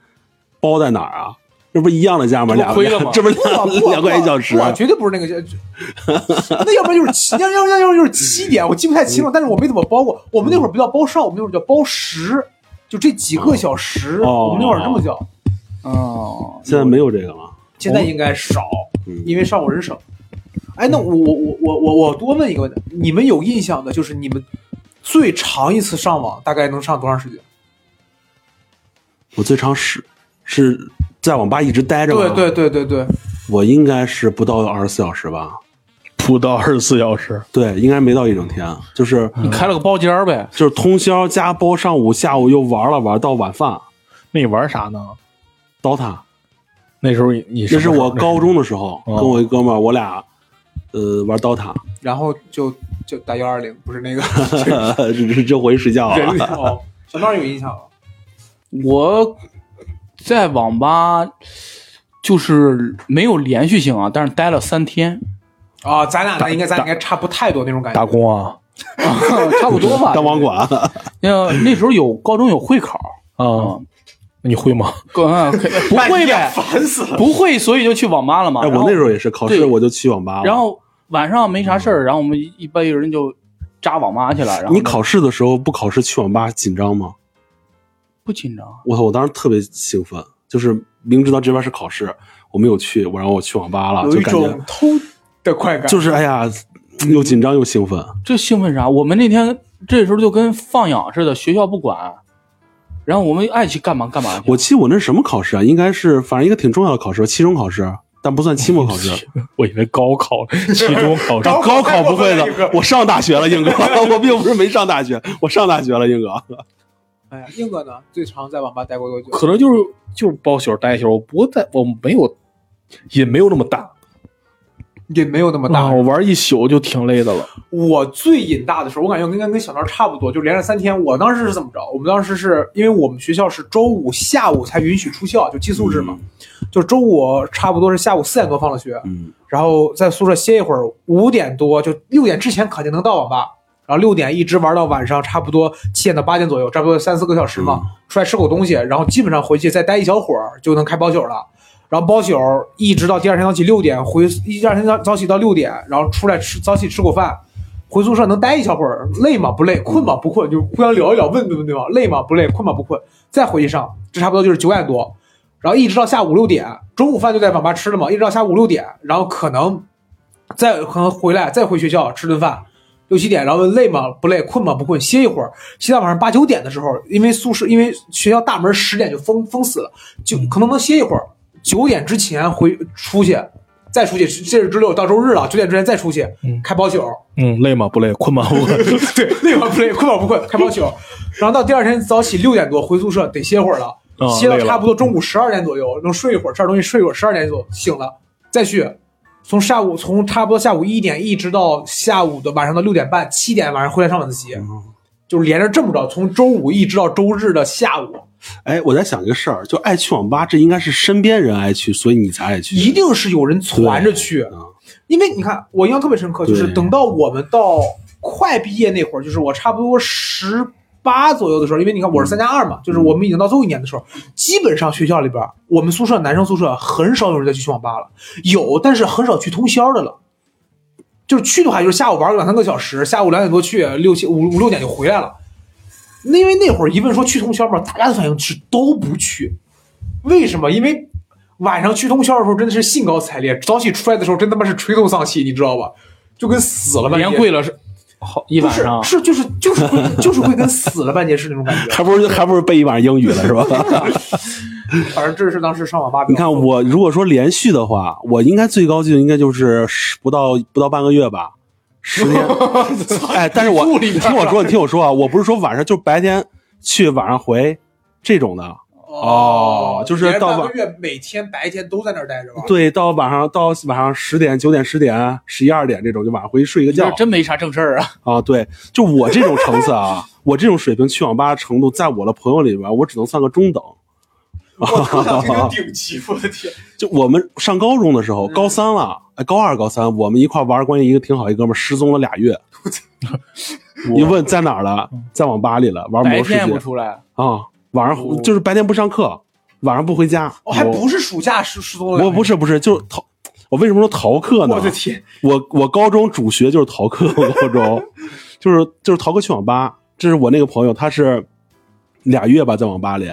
Speaker 4: 包在哪儿啊？这不一样的价
Speaker 3: 这
Speaker 4: 吗？
Speaker 3: 不
Speaker 4: 俩
Speaker 3: 亏了吗
Speaker 4: 这不是
Speaker 2: 不啊
Speaker 4: 两
Speaker 2: 不啊
Speaker 4: 两块一小时
Speaker 2: 不啊，绝对不是那个价，那要不然就是七，要要要要就是七点，我记不太清了，但是我没怎么包过。我们那会儿不叫包哨，我们那会儿叫包时，就这几个小时，
Speaker 4: 哦
Speaker 2: 我们那会儿这么叫。
Speaker 3: 哦，
Speaker 4: 现在没有这个了。
Speaker 2: 现在应该少，
Speaker 4: 嗯
Speaker 2: 因为上过人少。哎，那我我我我我我多问一个问题，你们有印象的，就是你们最长一次上网大概能上多长时间？
Speaker 4: 我最长是是在网吧一直待着吧
Speaker 2: 对，对对对对，
Speaker 4: 我应该是不到二十四小时吧？
Speaker 1: 不到二十四小时，
Speaker 4: 对，应该没到一整天，就是
Speaker 3: 你开了个包间儿呗。
Speaker 4: 就是通宵加包上午，下午又玩了玩到晚饭。
Speaker 1: 那你玩啥呢？
Speaker 4: DOTA，
Speaker 1: 那时候你你
Speaker 4: 这是
Speaker 1: 什么时
Speaker 4: 我
Speaker 1: 候
Speaker 4: 高中的时候，
Speaker 1: 哦
Speaker 4: 跟我一哥们儿，我俩呃玩 DOTA，
Speaker 2: 然后就就打幺二零，不是 那个
Speaker 4: 这这回睡觉啊
Speaker 2: 人
Speaker 4: 了。
Speaker 2: 哦，小闹有印象吗？
Speaker 3: 我在网吧就是没有连续性啊，但是待了三 天，
Speaker 2: 啊，咱俩那应该咱俩应该差不太多那种感觉。
Speaker 1: 打工啊
Speaker 3: 差不多吧。
Speaker 4: 当网管，
Speaker 3: 呃，那时候有高中有会考，
Speaker 1: 啊，
Speaker 4: 哦
Speaker 1: 那你会吗？
Speaker 3: 高嗯，可不会 呗，
Speaker 2: 烦死了。
Speaker 3: 不会，所以就去网吧了嘛。
Speaker 4: 哎，
Speaker 3: 然
Speaker 4: 我
Speaker 3: 后
Speaker 4: 那时候也是考试
Speaker 3: 对
Speaker 4: 我就去网吧了。
Speaker 3: 然后晚上没啥事儿，然后我们一般有人就扎网吧去了。然后
Speaker 4: 你考试的时候不考试去网吧紧张吗？
Speaker 3: 不紧张？
Speaker 4: 我操，我当时特别兴奋，就是明知道这边是考试，我没有去，我然后我去网吧了，
Speaker 2: 有
Speaker 4: 就
Speaker 2: 一
Speaker 4: 感觉
Speaker 2: 种偷的快感，
Speaker 4: 就是哎呀，又紧张又兴奋。
Speaker 3: 这兴奋啥？我们那天这时候就跟放养似的，学校不管，然后我们爱去干嘛干嘛去。
Speaker 4: 我记得我那是什么考试啊？应该是反正一个挺重要的考试，期中考试，但不算期末考试。
Speaker 1: 我以为高考、 期中考试
Speaker 2: 高
Speaker 4: 高考
Speaker 2: 太过
Speaker 4: 不会
Speaker 2: 分了
Speaker 4: 的，我上大学了， 硬哥，我并不是没上大学，我上大学了，硬哥。
Speaker 2: 哎呀，硬哥呢？最长在网吧待过多久？
Speaker 1: 可能就是就是包宿待宿，我不在，我没有，也没有那么大
Speaker 2: 也没有那么大
Speaker 1: 啊，。我玩一宿就挺累的了。
Speaker 2: 我最瘾大的时候，我感觉应该跟小闹差不多，就连着三天。我当时是怎么着？我们当时是因为我们学校是周五下午才允许出校，就寄宿制嘛，就周五差不多是下午四点多放了学，
Speaker 4: 嗯，
Speaker 2: 然后在宿舍歇一会儿，五点多就六点之前肯定能到网吧，然后六点一直玩到晚上差不多七点到八点左右，差不多三四个小时嘛，出来吃口东西，然后基本上回去再待一小会儿就能开包宿了。然后包宿一直到第二天早起六点回，一第二天早早起到六点，然后出来吃早起吃口饭，回宿舍能待一小会儿，累吗？不累，困吗？不困，就互相聊一聊，问问对方累吗？不累，困吗？不困，再回去上，这差不多就是九点多，然后一直到下午六点，中午饭就在网吧吃了嘛，一直到下午六点，然后可能再可能回来再回学校吃顿饭，六七点，然后问累吗？不累，困吗？不困，歇一会儿，歇到晚上八九点的时候，因为宿舍因为学校大门十点就封封死了，就可能能歇一会儿，九点之前回出去，再出去，这是周六到周日了，九点之前再出去
Speaker 1: 嗯
Speaker 2: 开包宿，
Speaker 1: 嗯，累吗？不累，困吗？ 我
Speaker 2: 对，累吗？不累，困吗？不困，开包宿。然后到第二天早起六点多回宿舍，得歇会儿了，
Speaker 1: 啊
Speaker 2: 歇到
Speaker 1: 累了
Speaker 2: 差不多中午十二点左右，能睡一会儿，吃点东西睡一会儿，十二点左右醒了，再去。从下午从差不多下午一点一直到下午的晚上的六点半七点晚上回来上晚自习，
Speaker 1: 嗯
Speaker 2: 就是连着这么着，从周五一直到周日的下午，
Speaker 4: 哎，我在想一个事儿，就爱去网吧，这应该是身边人爱去，所以你才爱去。
Speaker 2: 一定是有人攒着去
Speaker 4: 嗯，
Speaker 2: 因为你看，我印象特别深刻，就是
Speaker 4: 对
Speaker 2: 等到我们到快毕业那会儿，就是我差不多十八左右的时候，因为你看我是三加
Speaker 4: 嗯
Speaker 2: 二嘛，就是我们已经到最后一年的时候，基本上学校里边儿，我们宿舍男生宿舍很少有人再去网吧了，有，但是很少去通宵的了。就是去的话，就是下午玩个两三个小时，下午两点多去，六七五五六点就回来了。那因为那会儿一问说去通宵嘛，大家的反应是都不去，为什么？因为晚上去通宵的时候真的是兴高采烈，早起出来的时候真他妈是垂头丧气，你知道吧？就跟死了半截
Speaker 3: 连跪了是好一
Speaker 2: 不
Speaker 3: 晚
Speaker 2: 是
Speaker 3: 上，
Speaker 2: 是就是就是会就是会跟死了半截是那种感觉。
Speaker 4: 还不如还不如背一晚上英语了，是吧？
Speaker 2: 反正这是当时上网吧比
Speaker 4: 你
Speaker 2: 较
Speaker 4: 看
Speaker 2: 多，
Speaker 4: 我如果说连续的话，我应该最高纪录应该就是十不到不到半个月吧，十 天。哎，但是我
Speaker 3: 肚里边儿
Speaker 4: 你听我说，你听我说啊，我不是说晚上就白天去晚上回这种的，哦就是
Speaker 2: 连着
Speaker 4: 到
Speaker 2: 半
Speaker 4: 晚
Speaker 2: 个月每天白天都在那儿待着吧。
Speaker 4: 对，到晚上到晚上十点、九点、十点、十一二点这种，就晚上回去睡一个
Speaker 3: 这
Speaker 4: 觉
Speaker 3: 真没啥正事儿啊。
Speaker 4: 啊。对，就我这种层次啊，我这种水平去网吧的程度，在我的朋友里边，我只能算个中等。
Speaker 2: 我 特想听听顶级，我的天！
Speaker 4: 就我们上高中的时候，
Speaker 2: 嗯
Speaker 4: 高三了，哎，高二、高三，我们一块玩儿，关系一个挺好一哥们儿失踪了俩 月。你问在哪儿了？在网吧里了，玩
Speaker 3: 白
Speaker 4: 魔兽世
Speaker 3: 天也不
Speaker 4: 界
Speaker 3: 出来，
Speaker 4: 啊。晚上回就是白天不上课，晚上不回家。
Speaker 2: 哦，还
Speaker 4: 我
Speaker 2: 不是暑假失失踪了？
Speaker 4: 我不
Speaker 2: 是，
Speaker 4: 是不是，就是逃。我为什么说逃课呢
Speaker 2: 我？的天！
Speaker 4: 我我高中主学就是逃课，我高中就是就是逃课去网吧。这是我那个朋友，他是俩月吧在网吧里，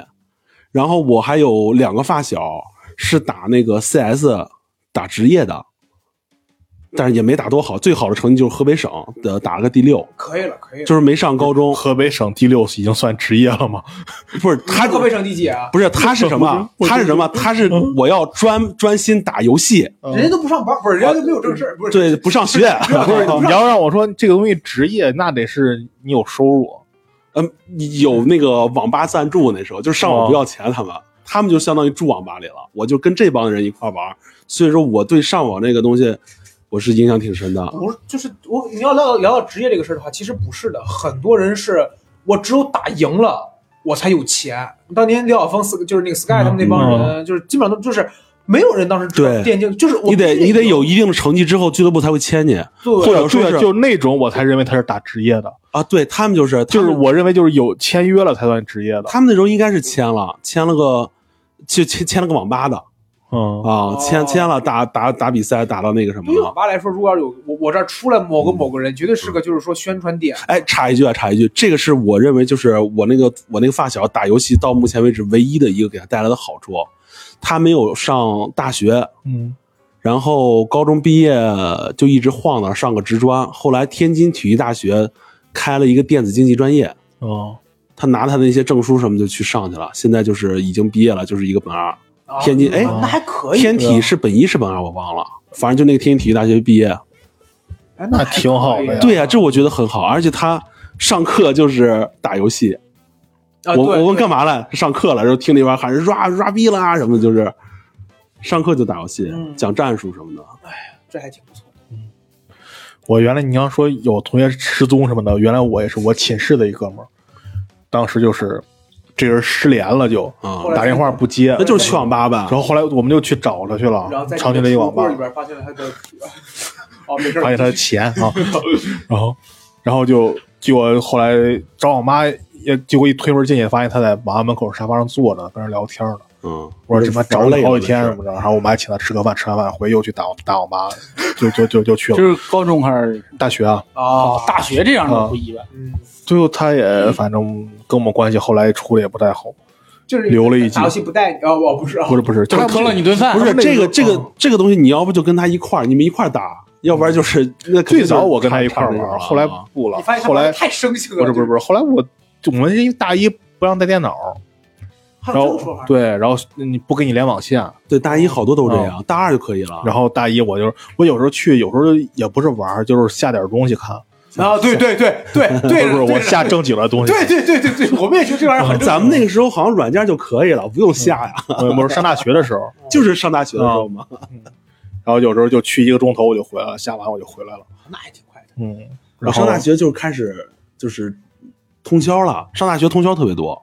Speaker 4: 然后我还有两个发小是打那个 CS 打职业的，但是也没打多好，最好的成绩就是河北省的打了个第六，
Speaker 2: 可以了，可以了。
Speaker 4: 就是没上 高中，
Speaker 1: 河北省第六已经算职业了吗？
Speaker 4: 不是他
Speaker 2: 他河北省第几啊？
Speaker 4: 不是他是什么？他是什么？他是
Speaker 1: 嗯
Speaker 4: 我要专专心打游戏，
Speaker 2: 人家都不上班，不是人家都没有正事儿，不是
Speaker 4: 嗯对，不上学。
Speaker 1: 不是，
Speaker 2: 啊
Speaker 1: 你要让我说这个东西职业，那得是你有收入。
Speaker 4: 嗯，有那个网吧赞助，那时候就是上
Speaker 1: 哦
Speaker 4: 网不要钱，他们、他们就相当于住网吧里了。我就跟这帮人一块玩儿，所以说我对上网这个东西我是印象挺深的。
Speaker 2: 不是，就是我你要聊到聊到职业这个事儿的话，其实不是的，很多人是我只有打赢了我才有钱。当年李晓峰、斯就是那个 Sky 他们那帮人，就是基本上都就是没有人当时知道
Speaker 4: 嗯对
Speaker 2: 电竞，就是我
Speaker 4: 你得
Speaker 2: 必须
Speaker 4: 你得有一定的成绩之后，俱乐部才会签你
Speaker 2: 对
Speaker 4: 或者说
Speaker 1: 对，啊
Speaker 4: 是
Speaker 1: 就那种我才认为他是打职业的，
Speaker 4: 啊。对他们就是
Speaker 1: 就是
Speaker 4: 他们
Speaker 1: 我认为就是有签约了才算职业的。
Speaker 4: 他们那时候应该是签了，签了个就签签了个网吧的
Speaker 1: 嗯，
Speaker 4: 啊，签
Speaker 2: 哦
Speaker 4: 签了打打打比赛，打到那个什么
Speaker 2: 对于网
Speaker 4: 了。
Speaker 2: 吧来说，如果要是有我我这儿出来某
Speaker 4: 嗯
Speaker 2: 个某个人，绝对是个就是说宣传点。
Speaker 4: 哎，插一句啊，插一句，这个是我认为就是我那个我那个发小打游戏到目前为止唯一的一个给他带来的好处，他没有上大学，
Speaker 1: 嗯，
Speaker 4: 然后高中毕业就一直晃荡上个职专，后来天津体育大学开了一个电子竞技专业，
Speaker 1: 哦，
Speaker 4: 他拿他那些证书什么就去上去了，现在就是已经毕业了，就是一个本二，
Speaker 2: 啊
Speaker 4: 天津哎
Speaker 2: 那还可以，啊
Speaker 4: 天体是本一是本二我忘了，反正就那个天津体育大学毕业，
Speaker 2: 哎
Speaker 1: 那
Speaker 2: 那还
Speaker 1: 挺好的
Speaker 2: 可以
Speaker 1: 呀
Speaker 4: 对呀、啊这我觉得很好，而且他上课就是打游戏。
Speaker 2: 啊
Speaker 4: 我
Speaker 2: 对
Speaker 4: 我问
Speaker 2: 对
Speaker 4: 干嘛了？上课了，然后听那边喊人抓抓逼啦什么的，就是上课就打游戏，
Speaker 2: 嗯
Speaker 4: 讲战术什么的。
Speaker 2: 这还挺不错。
Speaker 1: 我原来你要说有同学失踪什么的，原来我也是我寝室的一哥们儿，当时就是这人失联了就，
Speaker 4: 啊
Speaker 1: 打电话不接，
Speaker 4: 那就是去网吧吧
Speaker 1: 然。后后来我们就去找他去了
Speaker 2: 然后，在
Speaker 1: 啊
Speaker 2: 这
Speaker 1: 长春
Speaker 2: 个
Speaker 1: 的一个
Speaker 2: 书
Speaker 1: 网吧
Speaker 2: 柜里，边发现了他的，哦没事儿，
Speaker 1: 发现他的钱 啊，然后然后就结果后来找我妈也结果一推门进去，发现他在网吧门口沙发上坐着，跟人聊天呢。
Speaker 4: 嗯，
Speaker 1: 我说这妈找了好几天
Speaker 4: 玩
Speaker 1: 怎
Speaker 4: 累了
Speaker 1: 么着，然后我妈还请他吃个饭，吃完饭回去又去打打我妈，就就就就去
Speaker 3: 就
Speaker 1: 了
Speaker 3: 是高中还是哦
Speaker 1: 大学啊。
Speaker 2: 啊
Speaker 3: 大学这样的不意外。
Speaker 2: 嗯，
Speaker 1: 最后他
Speaker 4: 嗯
Speaker 1: 也反正跟我们关系后来处的也不太好，
Speaker 2: 就是
Speaker 1: 留了一集
Speaker 2: 打游戏不带你啊，我不是啊，
Speaker 1: 不是不是，
Speaker 3: 就
Speaker 1: 他
Speaker 3: 坑了你顿饭，
Speaker 4: 不哦是
Speaker 1: 那个
Speaker 4: 这
Speaker 1: 时
Speaker 4: 个这
Speaker 1: 候
Speaker 4: 个这个东西，你要不就跟他一块儿，你们一块儿打，要不然就是那肯定
Speaker 1: 嗯最
Speaker 4: 就是
Speaker 1: 早我跟他一块
Speaker 4: 差
Speaker 1: 儿
Speaker 4: 不多了
Speaker 1: 玩，
Speaker 4: 啊
Speaker 1: 后来不了
Speaker 2: 你发现，他
Speaker 1: 后
Speaker 2: 玩得
Speaker 1: 来
Speaker 2: 太生性了，
Speaker 1: 不是不是不是，后来我我们是因为大一不让带电脑，
Speaker 2: 还
Speaker 1: 然
Speaker 2: 有这
Speaker 1: 后
Speaker 2: 个说法？
Speaker 1: 对，然后你不给你连网线，
Speaker 4: 对，大一好多都这样，大二就可以了。
Speaker 1: 嗯然后大一我就是我有时候去，有时候也不是玩儿，就是下点东西看，
Speaker 2: 啊，对对对对对，
Speaker 1: 不是我下正经的东西。
Speaker 2: 对对对对对，我们也觉得这玩意儿很正
Speaker 4: 咱们那个时候好像软件就可以了，不用下呀，
Speaker 1: 我我是上大学的时 候，
Speaker 4: 就是上大学的时
Speaker 1: 嗯
Speaker 4: 候嘛。
Speaker 1: 然后有时候就去一个钟头我就回来了，下完我就回来了。
Speaker 2: 常，那也挺快的。
Speaker 1: 嗯，
Speaker 4: 我
Speaker 1: 然
Speaker 4: 上
Speaker 1: 后
Speaker 4: 大学就是开始就是通宵了，上大学通宵特别多，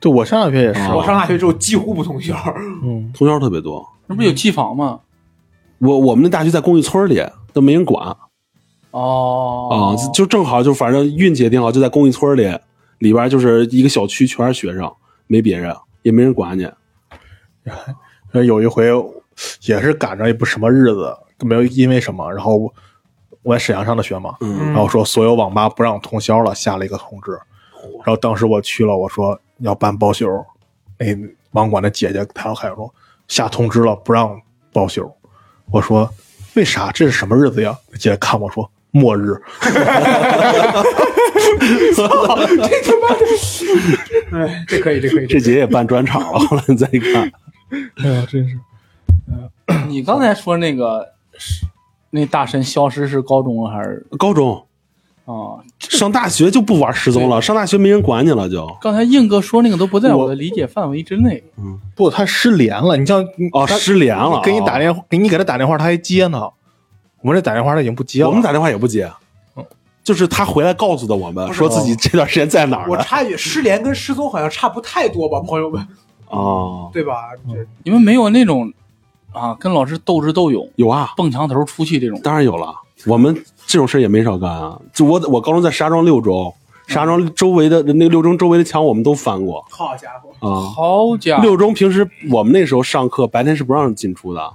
Speaker 1: 对我上大学也是，
Speaker 4: 啊
Speaker 2: 我上大学之后几乎不通宵，
Speaker 1: 嗯，
Speaker 4: 通宵特别多。
Speaker 3: 那不有机房吗？
Speaker 4: 我我们那大学在公益村里，都没人管啊、
Speaker 3: 哦，
Speaker 4: 就正好就反正运气也挺好，就在公益村里，里边就是一个小区全是学生，没别人，也没人管你。
Speaker 1: 呃有一回也是赶上一不什么日子，没有因为什么，然后我我在沈阳上的学嘛，
Speaker 4: 嗯
Speaker 1: 然后说所有网吧不让通宵了，下了一个通知。然后当时我去了，我说要办包宿，那网管的姐姐她还说下通知了不让包宿，我说为啥？这是什么日子呀？姐姐看我说末日。
Speaker 2: 哎，这可以，这可以，
Speaker 4: 这
Speaker 2: 可以
Speaker 4: 节也办专场了， 后来你再一看，
Speaker 1: 哎呀，真是
Speaker 3: 你刚才说那个是那大神消失是高中还是
Speaker 4: 高中
Speaker 3: 啊？
Speaker 4: 上大学就不玩失踪了，上大学没人管你了就。
Speaker 3: 刚才硬哥说那个都不在
Speaker 1: 我
Speaker 3: 我的理解范围之内。
Speaker 1: 不，他失联了。你像
Speaker 4: 哦，
Speaker 1: 他
Speaker 4: 失联了，哦
Speaker 1: 给你打电话，给你给他打电话，他还接呢。我们这打电话嗯他已经不接了。
Speaker 4: 我们打电话也不接，就是他回来告诉的我们，
Speaker 2: 是
Speaker 4: 说自己这段时间在哪儿
Speaker 2: 我
Speaker 4: 呢？
Speaker 2: 插一句，失联跟失踪好像差不太多吧，朋友们，
Speaker 4: 啊，
Speaker 2: 对吧？这
Speaker 3: 你们没有那种啊，跟老师斗智斗勇、
Speaker 4: 有啊，
Speaker 3: 蹦墙头出去这种？
Speaker 4: 当然有了，我们这种事儿也没少干啊。就我我高中在石家庄六中，石家庄周围的那个六中周围的墙我们都翻过
Speaker 2: 好家伙，
Speaker 4: 啊。
Speaker 3: 好家伙，
Speaker 4: 六中平时我们那时候上课白天是不让进出的，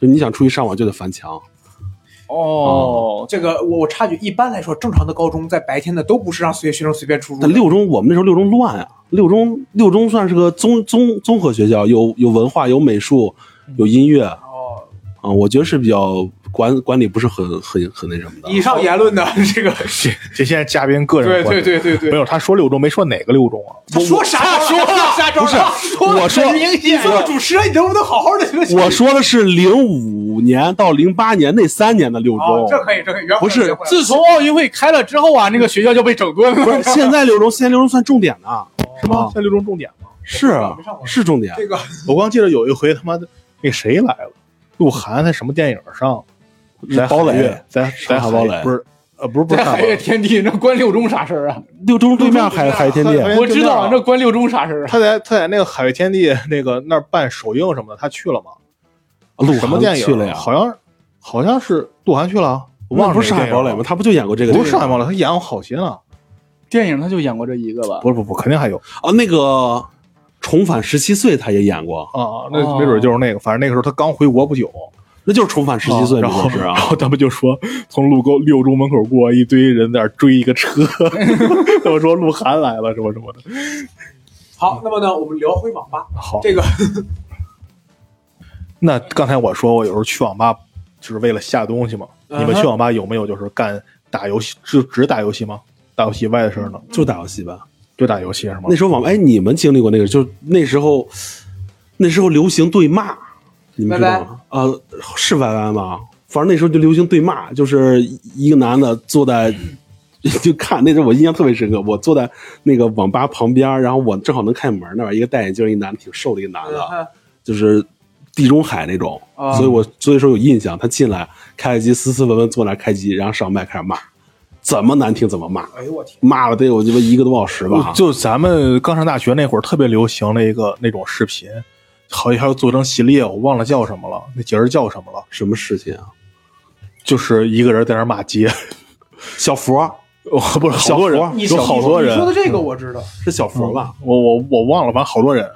Speaker 4: 就你想出去上网就得翻墙。
Speaker 3: 哦，
Speaker 2: 这个我我插一句，一般来说，正常的高中在白天的都不是让随学生随便出入的
Speaker 4: 但。六中我们那时候六中乱啊，六中六中算是个综综综合学校，有有文化，有美术，
Speaker 2: 嗯
Speaker 4: 有音乐啊、
Speaker 2: 哦，
Speaker 4: 我觉得是比较管管理不是很很很那什么的。
Speaker 2: 以上言论呢，这个
Speaker 1: 这这现在嘉宾个
Speaker 2: 对
Speaker 1: 人观
Speaker 2: 对
Speaker 1: 点
Speaker 2: 对对
Speaker 1: 没
Speaker 2: 对，
Speaker 1: 有，他说六中没说哪个六中啊？
Speaker 2: 他说啥说了啥招了？说
Speaker 1: 我说
Speaker 2: 你做主持人，你能不能好好的？
Speaker 4: 我说的是零五年到零八年那三年的六中，
Speaker 2: 哦，这可以，这可以，原话
Speaker 4: 不是
Speaker 2: 原话
Speaker 3: 自从奥运会开了之后啊，那个学校就被整顿
Speaker 4: 不
Speaker 3: 了。
Speaker 4: 是现在六中，现在六中算重点呢，
Speaker 1: 是吗？在六中重点吗？
Speaker 4: 是啊
Speaker 2: 没上过
Speaker 4: 是重点。
Speaker 2: 这个
Speaker 1: 我刚记得有一回他妈的那谁来了，鹿晗在什么电影上？在
Speaker 4: 包
Speaker 1: 海
Speaker 4: 磊
Speaker 1: 月在在
Speaker 4: 上海
Speaker 1: 海
Speaker 4: 堡垒
Speaker 1: 不是呃不是不是
Speaker 3: 在
Speaker 1: 上
Speaker 3: 海
Speaker 1: 海堡垒
Speaker 3: 月 天地，那关六中啥事儿啊？啊
Speaker 4: 六中对面海
Speaker 2: 六中对面
Speaker 4: 海天
Speaker 1: 海
Speaker 4: 地，
Speaker 1: 天
Speaker 3: 我知道
Speaker 1: 地
Speaker 3: 那关六中啥事儿啊？
Speaker 1: 他在他在那个海月天地那个那儿办首映什么的，他去了吗？
Speaker 4: 啊鹿
Speaker 1: 什么
Speaker 4: 晗
Speaker 1: 电影
Speaker 4: 去了呀？
Speaker 1: 好像好像是鹿晗去了，啊我忘了
Speaker 4: 那不是上
Speaker 1: 哪
Speaker 4: 海
Speaker 1: 个电影啊
Speaker 4: 堡垒吗？他不就演过这个？
Speaker 1: 不是上啊海堡垒，他演过好啊些呢。
Speaker 3: 电影他就演过这一个吧？
Speaker 1: 不是不不，肯定还有
Speaker 4: 啊，那个《重返十七岁》他也演过，
Speaker 1: 啊，那没准就是那个，反正那个时候他刚回国不久。
Speaker 4: 那就是《重返十七岁》
Speaker 1: 哦然后
Speaker 4: 那是
Speaker 1: 然
Speaker 4: 啊。
Speaker 1: 后他们就说从路沟六中门口过，一堆人在那儿追一个车， 他们说鹿晗来了什么什么的。
Speaker 2: 好，那么呢，我们聊回网吧。
Speaker 1: 好，
Speaker 2: 这个
Speaker 1: 那刚才我说我有时候去网吧就是为了下东西嘛，
Speaker 2: 嗯哼
Speaker 1: 你们去网吧有没有就是干打游戏只只打游戏吗？打游戏以外的事儿呢？
Speaker 4: 就打游戏吧，
Speaker 1: 就打游戏是吗
Speaker 4: 那？时候网吧哎，你们经历过那个？就是那时候，那时候流行对骂，你们知道吗？啊、是 YY 吗？反正那时候就流行对骂，就是一个男的坐在 就看，那时候我印象特别深刻。我坐在那个网吧旁边，然后我正好能开门那儿，一个戴眼镜，一男的挺瘦的一个男的，
Speaker 2: 嗯
Speaker 4: 就是地中海那种，
Speaker 2: 啊
Speaker 4: 所以我所以说有印象。他进来开了机，斯斯文文坐那儿开机，然后上麦开始骂，怎么难听怎么骂，
Speaker 2: 哎呦我天，
Speaker 4: 骂了得有鸡巴一个多小时吧。
Speaker 1: 哦就咱们刚上大学那会儿，特别流行的一个那种视频，好像还有做成系列，我忘了叫什么了，那节儿叫什么了？
Speaker 4: 什么事情啊？
Speaker 1: 就是一个人在那儿骂 街，
Speaker 4: 小佛
Speaker 1: 我哦不是好多
Speaker 4: 小
Speaker 1: 人，
Speaker 4: 佛
Speaker 2: 你
Speaker 1: 有好多
Speaker 2: 你
Speaker 1: 人
Speaker 2: 说，的这
Speaker 4: 嗯
Speaker 2: 个我知道，
Speaker 4: 是小佛吧？
Speaker 1: 我我我忘了，反正好多人，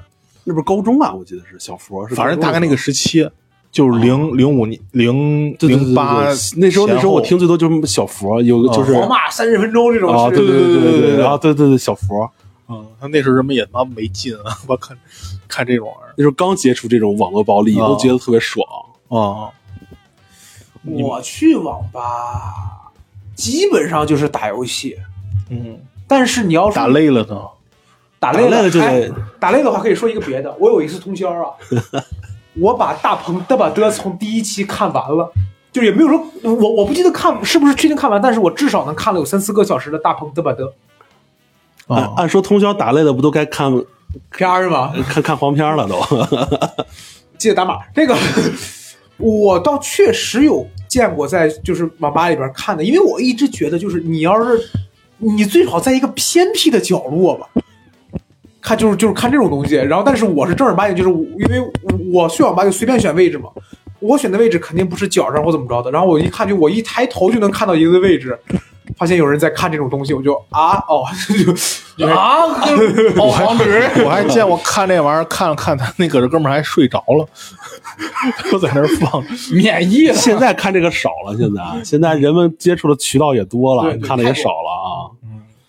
Speaker 4: 那不是高中吧？我记得是小佛，是
Speaker 1: 反正
Speaker 4: 高中
Speaker 1: 大概那个
Speaker 4: 吧
Speaker 1: 时期，就是零零五年零
Speaker 4: 对对对对
Speaker 1: 零八
Speaker 4: 对那时候那时候我听最多就是小佛，有个就是
Speaker 2: 狂骂三十分钟这种
Speaker 4: 啊，
Speaker 2: 是
Speaker 4: 对对对
Speaker 1: 对对对
Speaker 4: 啊，对对对小佛，
Speaker 1: 啊，他那时候人们也他妈没劲啊， 我看看这种玩意
Speaker 4: 那时候刚接触这种网络暴力，
Speaker 1: 啊
Speaker 4: 都觉得特别爽。
Speaker 1: 儿啊，
Speaker 2: 我去网吧，基本上就是打游戏，
Speaker 1: 嗯，
Speaker 2: 但是你要说
Speaker 4: 哦
Speaker 1: 打累了呢，
Speaker 2: 打
Speaker 4: 打
Speaker 2: 累
Speaker 4: 累了就得
Speaker 2: 哎打累的话可以说一个别的。我有一次通宵 啊，我把大鹏的把的从第一期看完了，就也没有说我我不记得看是不是确定看完，但是我至少能看了有三四个小时的大鹏的把的
Speaker 4: 按
Speaker 1: 啊，
Speaker 4: 按说通宵打累了，不都该看
Speaker 2: 片儿吗？
Speaker 4: 看看黄片儿了都？
Speaker 2: 记得打码。这个 我倒确实有见过，在就是网吧里边看的，因为我一直觉得，就是你要是你最好在一个偏僻的角落吧，看就是就是看这种东西。然后，但是我是正儿八经，就是我因为我去网吧就随便选位置嘛，我选的位置肯定不是角上或怎么着的。然后我一看就我一抬头就能看到一个位置。发现有人在看这种东西，我就啊哦， 就
Speaker 3: 啊，好黄直，
Speaker 1: 我还见过看这玩意儿，看了看他那个哥们儿还睡着了， 都在那儿放着。
Speaker 3: 免疫了。
Speaker 4: 现在看这个少了，现在现在人们接触的渠道也多了，
Speaker 2: 对对
Speaker 4: 看的也少了啊。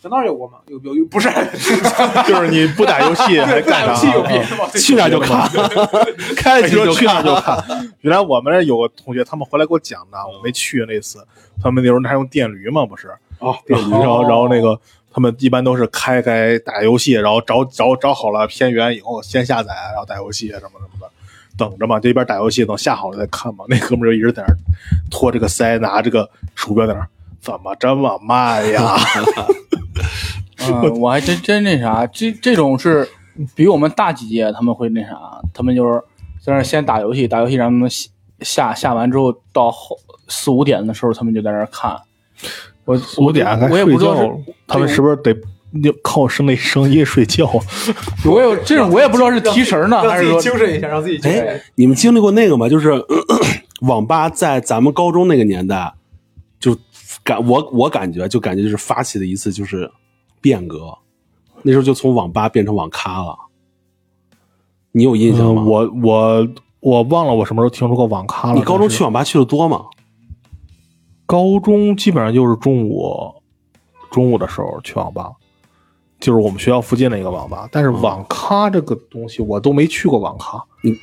Speaker 2: 在那儿有过吗？有有有，不是，
Speaker 1: 就是你不打游戏还干啥？啊
Speaker 2: 有戏有别的吗？
Speaker 4: 去哪儿就看，开
Speaker 1: 你
Speaker 4: 了机
Speaker 1: 哎说去哪儿
Speaker 4: 看
Speaker 1: 就看。原来我们那儿有个同学，他们回来给我讲的，我没去那次。他们那时候还用电驴嘛，不是？
Speaker 4: 哦，
Speaker 1: 电驴，然后然后那个他们一般都是开开打游戏，然后找找找好了片源以后先下载，然后打游戏什么什么的，等着嘛，这一边打游戏等下好了再看嘛。那哥们儿就一直在那儿拖这个腮，拿这个鼠标在那儿，怎么这么慢呀？
Speaker 3: 嗯，我还真真那啥，这这种是比我们大几届，他们会那啥，他们就是在那儿先打游戏，打游戏，然后他们下下下完之后，到后四五点的时候，他们就在那儿看。我
Speaker 1: 五点该
Speaker 3: 我也
Speaker 1: 睡
Speaker 3: 不知
Speaker 1: 觉
Speaker 3: 道
Speaker 1: 了
Speaker 3: 是，
Speaker 1: 他们是不是得靠声那声音睡觉？啊
Speaker 3: 我有这种，我也不知道是提神呢，
Speaker 2: 让
Speaker 3: 还
Speaker 2: 自
Speaker 3: 是
Speaker 2: 己
Speaker 3: 说
Speaker 2: 精神一下，让自己精神一下
Speaker 4: 哎，你们经历过那个吗？就是咳咳网吧在咱们高中那个年代，就感我我感觉就感觉就是发起的一次就是变革，那时候就从网吧变成网咖了。你有印象吗？
Speaker 1: 嗯我我我忘了我什么时候听说过网咖了。
Speaker 4: 你高中
Speaker 1: 但是
Speaker 4: 去网吧去的多吗？
Speaker 1: 高中基本上就是中午，中午的时候去网吧，就是我们学校附近的一个网吧。但是网咖这个东西我都没去过网咖，
Speaker 4: 嗯你你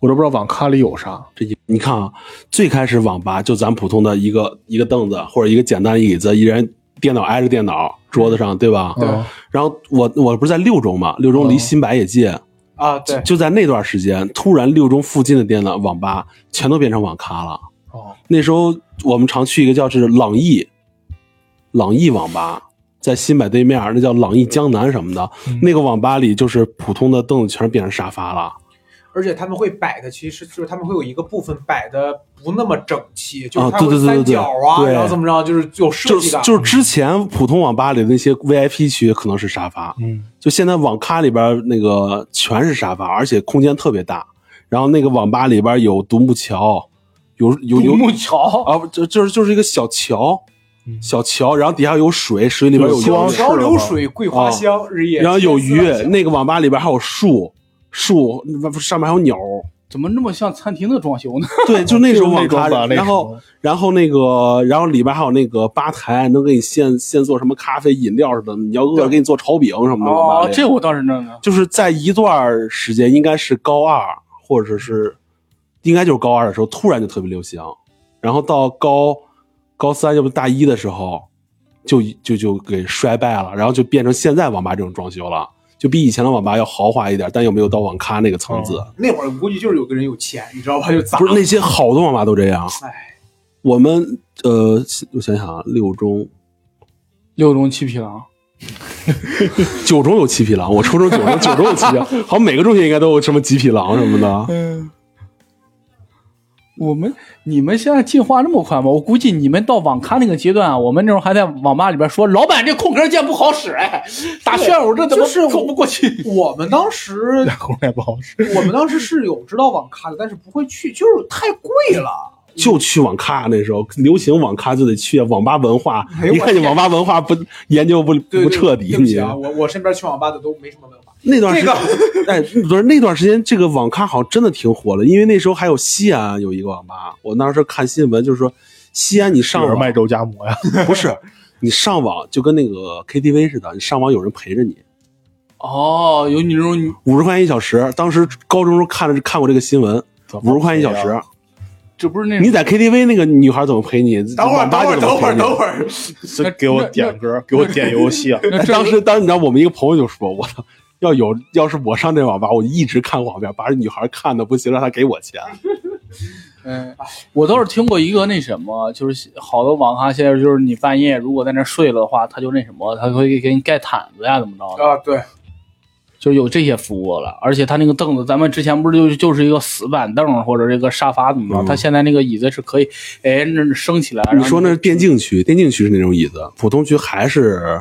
Speaker 1: 我都不知道网咖里有啥。
Speaker 4: 这一你看啊，最开始网吧就咱普通的一个一个凳子或者一个简单椅子，一人电脑挨着电脑桌子上，对吧？
Speaker 2: 对
Speaker 1: 嗯
Speaker 4: 然后我我不是在六中嘛，六中离
Speaker 1: 嗯
Speaker 4: 新百也近，
Speaker 2: 啊！对，
Speaker 4: 就在那段时间，突然六中附近的电脑网吧全都变成网咖了。
Speaker 1: 哦，
Speaker 4: 那时候我们常去一个叫是朗逸，朗逸网吧在新百对面，那叫朗逸江南什么的。
Speaker 2: 嗯
Speaker 4: 那个网吧里就是普通的凳子全变成沙发了。
Speaker 2: 而且他们会摆的，其实就是他们会有一个部分摆的不那么整齐，就
Speaker 4: 啊
Speaker 2: 是它会
Speaker 4: 对对对
Speaker 2: 三
Speaker 4: 对对
Speaker 2: 角啊，
Speaker 4: 对
Speaker 2: 然后怎么着，就是有设
Speaker 4: 就
Speaker 2: 计
Speaker 4: 是
Speaker 2: 感。
Speaker 4: 就是之前普通网吧里的那些 VIP 区可能是沙发，
Speaker 1: 嗯，
Speaker 4: 就现在网咖里边那个全是沙发，而且空间特别大。然后那个网吧里边有独木桥，有有有
Speaker 3: 木桥
Speaker 4: 啊，不就就是就是一个小桥，
Speaker 1: 嗯
Speaker 4: 小桥，然后底下有水，水里边有
Speaker 1: 有
Speaker 4: 光
Speaker 1: 光
Speaker 2: 小，桥
Speaker 1: 是
Speaker 2: 流
Speaker 1: 吗
Speaker 2: 水，桂花香，日夜
Speaker 4: 然后有鱼
Speaker 2: 千丝，万
Speaker 4: 那个网吧里边还有树，树不是上面还有鸟，
Speaker 3: 怎么那么像餐厅的装修呢？
Speaker 4: 对，就那时候网
Speaker 1: 就是
Speaker 4: 咖
Speaker 1: 那种吧，那
Speaker 4: 然
Speaker 1: 时
Speaker 4: 后
Speaker 1: 候
Speaker 4: 然后那个然后里边还有那个吧台，能给你现现做什么咖啡饮料似的，你要饿了
Speaker 2: 对
Speaker 4: 给你做炒饼什么的。网吧
Speaker 3: 哦，
Speaker 4: 里
Speaker 3: 这我倒是那个，
Speaker 4: 就是在一段时间，应该是高二或者是应该就是高二的时候，突然就特别流行，然后到高高三，要不大一的时候，就就就给衰败了，然后就变成现在网吧这种装修了，就比以前的网吧要豪华一点，但又没有到网咖那个层次。
Speaker 2: 那会儿估计就是有个人有钱，你知道吧？就砸
Speaker 4: 不。是那些好多网吧都这样。
Speaker 2: 哎，
Speaker 4: 我们呃，我想想啊，六中、
Speaker 3: 六中七匹狼，
Speaker 4: 九中有七匹狼，我初中九中九中有七匹狼，好像每个中学应该都有什么几匹狼什么的。
Speaker 3: 嗯，我们你们现在进化那么快吗？我估计你们到网咖那个阶段啊，我们那时候还在网吧里边说，老板这空格键不好使，哎，打旋钮这怎
Speaker 2: 就是
Speaker 3: 么
Speaker 2: 我
Speaker 3: 过不过去？
Speaker 2: 我们当时
Speaker 1: 那 口也不好使。
Speaker 2: 我们当时是有知道网咖的，但是不会去，就是太贵了。
Speaker 4: 就去网咖，那时候流行网咖就得去网吧文化
Speaker 2: 哎。呦
Speaker 4: 一看你网吧文化不研究不
Speaker 2: 对
Speaker 4: 不彻底，
Speaker 2: 对不
Speaker 4: 你
Speaker 2: 起啊，我我身边去网吧的都没什么文化。
Speaker 4: 那段时间
Speaker 2: 这，
Speaker 4: 哎，不是那段时间，这个网咖好像真的挺火了，因为那时候还有西安有一个网吧，我那时候看新闻就是说，西安你上
Speaker 1: 有人
Speaker 4: 网
Speaker 1: 卖肉夹馍呀，
Speaker 4: 不是，你上网就跟那个 KTV 似的，你上网有人陪着你，
Speaker 3: 哦，有你这种
Speaker 4: 五十块钱一小时。当时高中时候看了看过这个新闻
Speaker 1: 怎，么
Speaker 2: 哦
Speaker 4: 五十块钱一小
Speaker 1: 陪
Speaker 4: 时
Speaker 1: 啊，
Speaker 3: 这不是那
Speaker 4: 你在 KTV 那个女孩怎么陪你？
Speaker 2: 等会儿，
Speaker 4: 网
Speaker 2: 等
Speaker 4: 吧
Speaker 2: 会
Speaker 4: 就
Speaker 2: 儿，
Speaker 4: 怎么
Speaker 2: 等会
Speaker 4: 陪
Speaker 2: 儿，
Speaker 4: 你
Speaker 2: 等会儿，
Speaker 1: 这给我点歌，给我点游戏啊！
Speaker 3: 那这
Speaker 4: 哎当时，当时你知道，我们一个朋友就说：“我操，要有要是我上这网吧，我一直看黄片，把女孩看的不行，让她给我钱。
Speaker 3: 嗯，我倒是听过一个那什么，就是好多网咖现在就是你半夜如果在那儿睡了的话，他就那什么，他会给你盖毯子呀，怎么着的，
Speaker 2: 啊，对，
Speaker 3: 就有这些服务了。而且他那个凳子，咱们之前不是就就是一个死板凳或者这个沙发怎么着，
Speaker 4: 嗯
Speaker 3: 他现在那个椅子是可以，哎，那升起来。”然后
Speaker 4: 你说那是电竞区，电竞区是那种椅子，普通区还是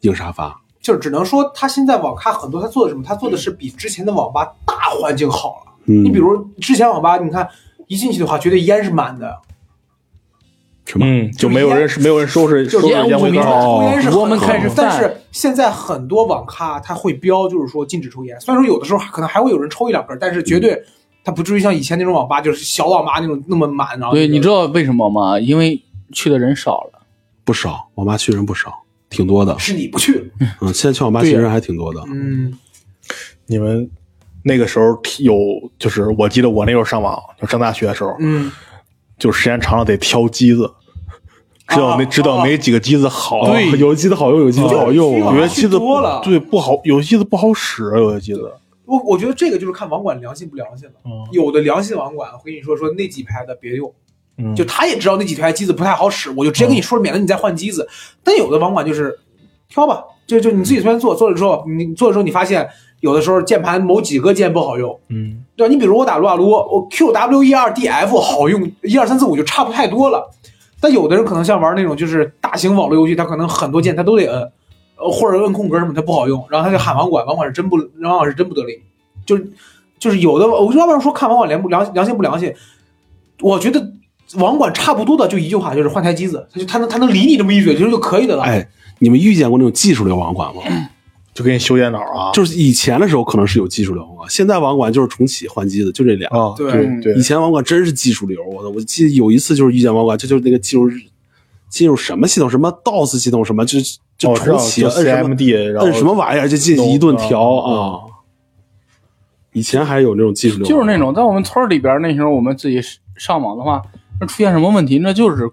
Speaker 4: 硬沙发。
Speaker 2: 就是只能说他现在网咖很多，他做的什么？他做的是比之前的网吧大环境好了。
Speaker 4: 嗯，
Speaker 2: 你比如之前网吧，你看一进去的话，绝对烟是满的，
Speaker 4: 什 么？
Speaker 1: 嗯，就没有人没有人收拾收拾烟灰
Speaker 3: 哦
Speaker 1: 缸，
Speaker 2: 抽烟是很
Speaker 3: 我们
Speaker 2: 好
Speaker 3: 开始
Speaker 2: 但
Speaker 3: 犯
Speaker 2: 是现在很多网咖它会标，就是说禁止抽烟。虽然说有的时候可能还会有人抽一两根，但是绝对它不至于像以前那种网吧，就是小网吧那种那么满。然后
Speaker 3: 对，
Speaker 2: 就是
Speaker 3: 你知道为什么吗？因为去的人少了。
Speaker 4: 不少，网吧去人不少，挺多的。
Speaker 2: 是你不去，
Speaker 4: 嗯，现在去网吧去人还挺多的。
Speaker 2: 嗯，
Speaker 1: 你们那个时候有，就是我记得我那时候上网，就上大学的时候，
Speaker 2: 嗯，
Speaker 1: 就时间长了得挑机子，知道那
Speaker 2: 啊
Speaker 1: 知道哪几个机子好，
Speaker 4: 哦有的机子好用，有的机子不好用
Speaker 2: 对
Speaker 1: 有
Speaker 4: 啊。
Speaker 1: 些机
Speaker 2: 去
Speaker 1: 子
Speaker 2: 多了
Speaker 1: 对不好，有些机子不好使，啊有些机子
Speaker 2: 我我觉得这个就是看网管良心不良心了。有的良心网管，我跟你说说那几排的别用，
Speaker 1: 嗯
Speaker 2: 就他也知道那几台机子不太好使，我就直接跟你说了，免得你再换机子。但有的网管就是挑吧，就就你自己随便做，做了之后你做的时候你发现有的时候键盘某几个键不好用，
Speaker 1: 嗯
Speaker 2: 对吧？你比如我打撸啊撸，我 Q W E R D F 好用，一二三四五就差不太多了。但有的人可能像玩那种就是大型网络游戏，他可能很多键他都得摁，呃，或者摁空格什么他不好用，然后他就喊网管，网管是真不，网管是真不得力，就是就是有的，我就要不然说看网管良不良良心不良心，我觉得网管差不多的就一句话，就是换台机子，他就他能他能理你这么一嘴就就可以的了。
Speaker 4: 哎，你们遇见过那种技术流网管吗？
Speaker 3: 嗯
Speaker 1: 就给你修电脑啊，
Speaker 4: 就是以前的时候可能是有技术流网管，现在网管就是重启换机子，就这俩。
Speaker 1: 啊，
Speaker 2: 对
Speaker 1: 对对
Speaker 4: 以，前网管真是技术流，我操！我记得有一次就是遇见网管，这就是那个进入进入什么系统，什么 DOS 系统，什么就就
Speaker 1: 哦知道
Speaker 4: 重启
Speaker 1: 就
Speaker 4: 摁什么
Speaker 1: CMD，然后
Speaker 4: 摁什么玩意儿，就进去一顿调
Speaker 1: 弄嗯
Speaker 4: 啊。以前还有那种技术流，啊
Speaker 3: 就是那种在我们村儿里边儿，那时候我们自己上网的话，那出现什么问题，那就是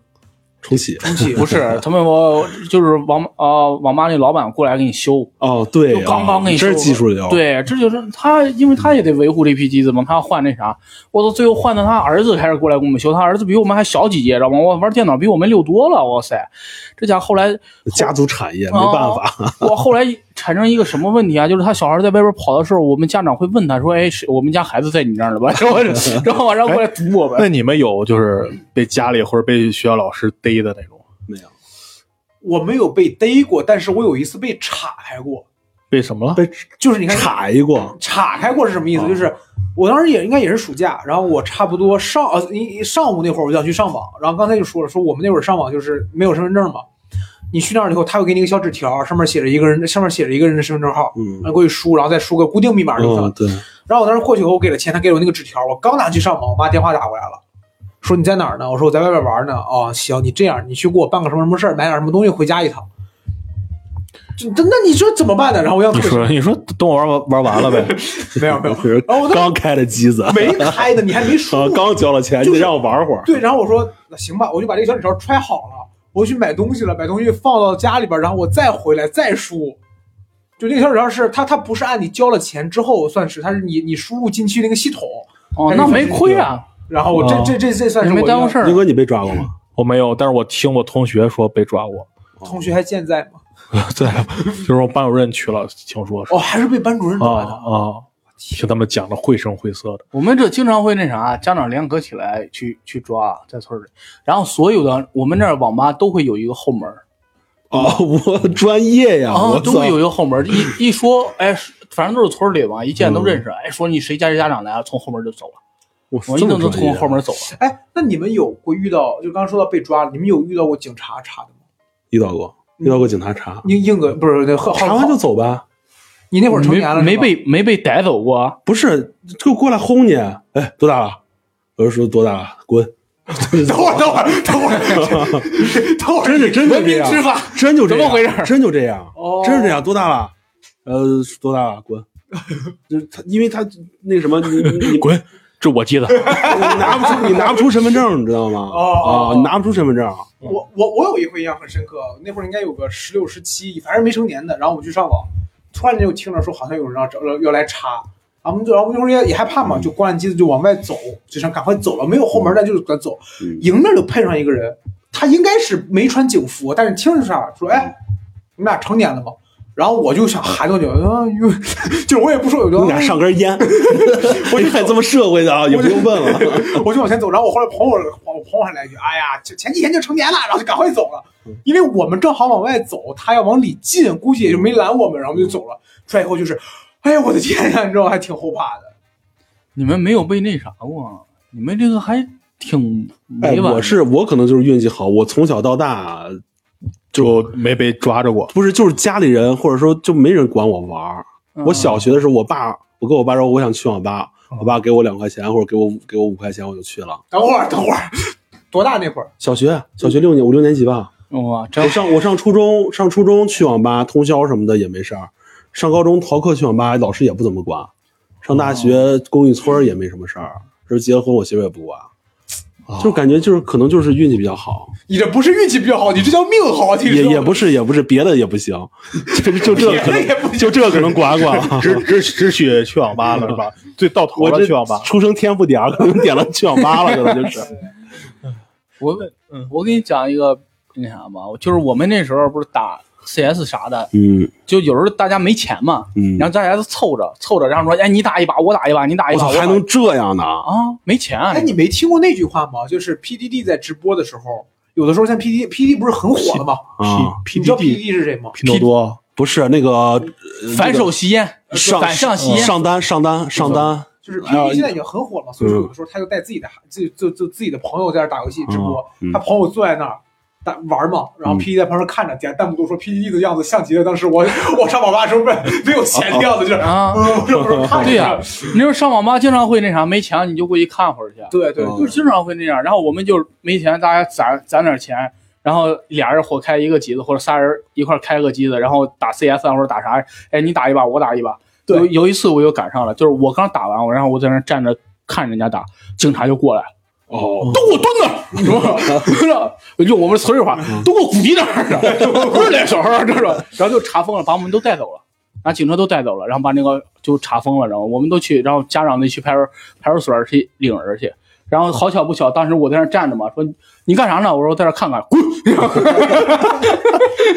Speaker 4: 重启。
Speaker 2: 重启
Speaker 3: 不是他们我就是网呃网吧那老板过来给你修，
Speaker 4: 哦，对
Speaker 3: 就
Speaker 4: 啊，
Speaker 3: 刚刚给你修
Speaker 4: 真是技术哦流。，
Speaker 3: 对，这就是他，因为他也得维护这批机子嘛，他要换那啥，我操，最后换到他儿子开始过来给我们修，他儿子比我们还小几届，知道吗？我玩电脑比我们溜多了，哇塞，这家伙后来
Speaker 4: 家族产业没
Speaker 3: 哦
Speaker 4: 办法。
Speaker 3: 我后来产生一个什么问题啊？就是他小孩在外边跑的时候，我们家长会问他说：“哎，是我们家孩子在你那儿了吧？” 然后然后然后过来堵我
Speaker 4: 哎
Speaker 1: 那
Speaker 3: 们。
Speaker 1: 你们有就是被家里或者被学校老师逮的那种，
Speaker 4: 没有
Speaker 2: 我没有被逮过，但是我有一次被岔开过，
Speaker 1: 被什么了？
Speaker 4: 被
Speaker 2: 就是你看
Speaker 4: 卡一过，
Speaker 2: 岔开过是什么意思？
Speaker 4: 啊
Speaker 2: 就是我当时也应该也是暑假，然后我差不多上呃一上午那会儿我就想去上网，然后刚才就说了，说我们那会儿上网就是没有身份证嘛，你去那儿以后他会给你一个小纸条，上面写着一个人，上面写着一个人的身份证号，
Speaker 4: 嗯
Speaker 2: 然后过去输，然后再输个固定密码就行
Speaker 4: 嗯，
Speaker 2: 了。
Speaker 4: 对，
Speaker 2: 然后我当时过去以后，我给了钱，他给了我那个纸条，我刚拿去上网，我妈电话打过来了。说你在哪儿呢？我说我在外边玩呢。哦，行，你这样，你去给我办个什么什么事儿，买点什么东西回家一趟。这那那你说怎么办呢？然后我要
Speaker 1: 你说你说等我玩完玩完了呗，
Speaker 2: 没有没有，
Speaker 4: 就是
Speaker 2: 然后我当时
Speaker 4: 刚开的机子，
Speaker 2: 没开的，你还没说
Speaker 4: 啊，。刚交了钱，
Speaker 2: 就是
Speaker 4: 你得让我玩会儿。
Speaker 2: 对，然后我说那行吧，我就把这个小纸条揣好了，我去买东西了，把东西放到家里边，然后我再回来再输。就那个小纸条是它，它不是按你交了钱之后算是，它是你你输入进去那个系统，
Speaker 3: 哦，那
Speaker 4: 哎
Speaker 3: 没亏啊，
Speaker 2: 然后我这、这这这算是
Speaker 3: 也没
Speaker 2: 我
Speaker 3: 耽误
Speaker 2: 的
Speaker 3: 事儿
Speaker 4: 英。哥，你被抓过吗？
Speaker 1: 我没有，但是我听我同学说被抓过，
Speaker 2: 同学还健在吗？
Speaker 1: 对，就是我班主任去了，听说是
Speaker 2: 哦，还是被班主任
Speaker 1: 啊
Speaker 2: 抓的。
Speaker 1: 啊，听他们讲的绘声绘色的，
Speaker 3: 我们这经常会那啥，家长联合起来去去抓，在村儿里。然后所有的我们那儿网吧都会有一个后门儿，
Speaker 4: 哦，我专业呀，
Speaker 3: 啊
Speaker 4: 我，
Speaker 3: 都
Speaker 4: 操
Speaker 3: 会有一个后门儿。一一说，哎，反正都是村儿里嘛，一见都认识。哎，说你谁家谁家长来了，从后门就走了，
Speaker 4: 我
Speaker 3: 我一定
Speaker 4: 这么
Speaker 3: 都
Speaker 4: 专业啊
Speaker 3: 从后门走了。
Speaker 2: 哎，那你们有过遇到，就刚刚说到被抓了，你们有遇到过警察查的吗？
Speaker 4: 遇到过，遇到过警察查，
Speaker 2: 硬硬哥不是那浩浩
Speaker 4: 查完就走吧。
Speaker 2: 你那会儿成年了
Speaker 3: 没没
Speaker 2: 是吧
Speaker 3: 被没被逮走过啊。
Speaker 4: 不是，就过来轰你。哎，多大了？我就说多大了，滚。
Speaker 2: 等会儿等会儿等会儿等会儿
Speaker 4: 真是真
Speaker 2: 文
Speaker 4: 就这
Speaker 2: 明
Speaker 4: 样
Speaker 2: 执法，
Speaker 4: 真就这
Speaker 3: 怎
Speaker 4: 样，
Speaker 3: 么回事
Speaker 4: 真就这样，
Speaker 2: 哦
Speaker 4: 真是这样。多大了？呃，多大了？滚。就是他，因为他那什么，你你
Speaker 1: 滚！
Speaker 4: 这我记得，你拿不出你拿不出身份证，你知道吗？
Speaker 2: 哦
Speaker 4: 啊，你拿不出身份证，
Speaker 2: 我我我有一回印象很深刻，那会儿应该有个十六十七，反正没成年的。然后我们去上网，突然间就听着说好像有人要找要来查，然后我们就然后我们那时候也也害怕嘛，就关了机子就往外走，就想赶快走吧，没有后门但就是赶走。
Speaker 4: 嗯
Speaker 2: 迎面就碰上一个人，他应该是没穿警服，但是听着啥说哎，你们俩成年了吗？然后我就想喊两句，啊，哟 就是我也不说，我就
Speaker 4: 你俩上根烟，我还这么社会的啊，也不用问了。
Speaker 2: 我就往前走，然后我后来朋友我朋友还来一句：“哎呀，就前几天就成年了，然后就赶快走了。”
Speaker 4: 嗯
Speaker 2: 因为我们正好往外走，他要往里进，估计也就没拦我们，然后我们就走了。出来以后就是，哎呀，我的天呀，你知道还挺后怕的。
Speaker 3: 你们没有被那啥过，啊你们这个还挺
Speaker 4: 哎，
Speaker 3: 委婉的。
Speaker 4: 我是我可能就是运气好，我从小到大
Speaker 1: 就没被抓 着过。
Speaker 4: 不是就是家里人或者说就没人管我玩儿。
Speaker 3: 嗯
Speaker 4: 我小学的时候，我爸我跟我爸说我想去网吧，我爸给我两块钱或者给我给我五块钱，我就去了。
Speaker 2: 等会儿，等会儿，多大那会儿？
Speaker 4: 小学小学六年五六年级吧，
Speaker 3: 嗯哇，真
Speaker 4: 我上我上初中上初中去网吧通宵什么的也没事儿，上高中逃课去网吧老师也不怎么管，
Speaker 3: 哦
Speaker 4: 上大学公寓村儿也没什么事儿，就是结了婚我媳妇儿也不管，
Speaker 3: 哦
Speaker 4: 就感觉就是可能就是运气比较好，
Speaker 2: 你这不是运气比较好，你这叫命好，听
Speaker 4: 也也不是也不是别的也不行， 就就这可
Speaker 2: 别的也不
Speaker 4: 能
Speaker 2: 行
Speaker 4: 就这可能管管了。
Speaker 1: 只只只许去网吧了是吧？最到头
Speaker 4: 我
Speaker 1: 了
Speaker 4: 这
Speaker 1: 去网吧。
Speaker 4: 出生天赋点儿，可能点了去网吧了，可能就是。
Speaker 3: 我
Speaker 1: 嗯
Speaker 3: 我给你讲一个那啥吧，我就是我们那时候不是打 CS 啥的，
Speaker 4: 嗯
Speaker 3: 就有时候大家没钱嘛，
Speaker 4: 嗯
Speaker 3: 然，后大家都凑着凑着，然后说，哎，你打一把，我打一把，你打一
Speaker 4: 我
Speaker 3: 把，
Speaker 4: 操，
Speaker 3: 我打
Speaker 4: 还
Speaker 3: 一把
Speaker 4: 能这样 呢？
Speaker 3: 啊？没钱啊？
Speaker 2: 哎，你没听过那句话吗？就是 PDD 在直播的时候，有的时候像 PDD，PDD 不是很火的吗？
Speaker 4: 啊，
Speaker 2: 你
Speaker 1: P P
Speaker 2: 知
Speaker 1: D
Speaker 2: 道
Speaker 1: D
Speaker 2: PDD 是谁吗？
Speaker 1: 拼多多
Speaker 4: 不是那个
Speaker 3: 反手吸烟，
Speaker 4: 上
Speaker 3: 反向吸烟，
Speaker 4: 上单上单上单，
Speaker 2: 就是 PDD 现在已经很火了嘛，所以说有的时候他就带自己的孩，就就就自己的朋友在那儿打游戏直播，
Speaker 4: 嗯嗯
Speaker 2: 他朋友坐在那儿打玩嘛，然后
Speaker 4: 嗯
Speaker 2: PDD 在旁边看着，点弹幕都说 PDD 的样子像极了当时我 我上网吧的时候没没有钱的样子，就是
Speaker 3: 啊
Speaker 2: 嗯是不是看着
Speaker 3: 对呀你说上网吧经常会那啥，没钱你就过去看会儿去，啊
Speaker 2: 对对
Speaker 4: 嗯
Speaker 3: 就是经常会那样。然后我们就没钱，大家攒攒点钱，然后俩人伙开一个机子，或者仨人一块儿开个机子，然后打 CS 啊或者打啥，哎，你打一把，我打一把。
Speaker 2: 对
Speaker 3: 有有一次我就赶上了，就是我刚打完，我然后我在那儿站着看人家打，警察就过来了。
Speaker 4: 哦，
Speaker 3: 都给我蹲那儿，你知道吗？用 我们村儿话，都给我鼓地那儿，啊不是那时候，这是，然后就查封了，把我们都带走了，拿警车都带走了，然后把那个就查封了，然后我们都去，然后家长得去派出派出所儿去领人去。然后好巧不巧，当时我在那儿站着嘛，说你你干啥呢？我说我在那儿看看，滚！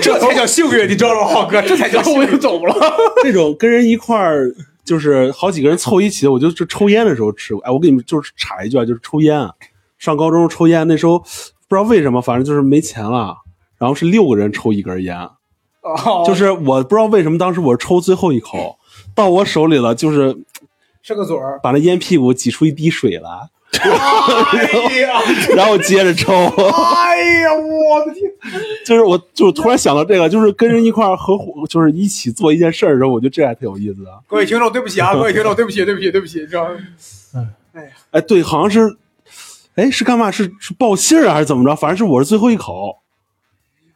Speaker 2: 这才叫幸运，你知道吗，浩哥，这才叫
Speaker 3: 然后
Speaker 2: 幸
Speaker 3: 我
Speaker 2: 运
Speaker 3: 就。走了。
Speaker 4: 这种跟人一块儿，就是好几个人凑一起，我就就抽烟的时候吃过。哎，我给你们就是插一句啊，就是抽烟啊，上高中抽烟那时候不知道为什么，反正就是没钱了，然后是六个人抽一根烟，
Speaker 3: 哦
Speaker 4: 就是我不知道为什么当时我抽最后一口，到我手里了，就是
Speaker 2: 是个嘴 儿，
Speaker 4: 把那烟屁股挤出一滴水来，
Speaker 2: 哎呀，
Speaker 4: 然后接着抽。
Speaker 2: 哎呀，我的天！
Speaker 4: 就是我就是突然想到这个，就是跟人一块儿合伙，就是一起做一件事儿的时候，我觉得这还挺有意思的。
Speaker 2: 各位听众，对不起啊，各位听众，对不起，对不起，对不起，你知道吗？
Speaker 4: 哎，对，好像是，哎，是干嘛？是是报信儿啊还是怎么着？反正是我是最后一口，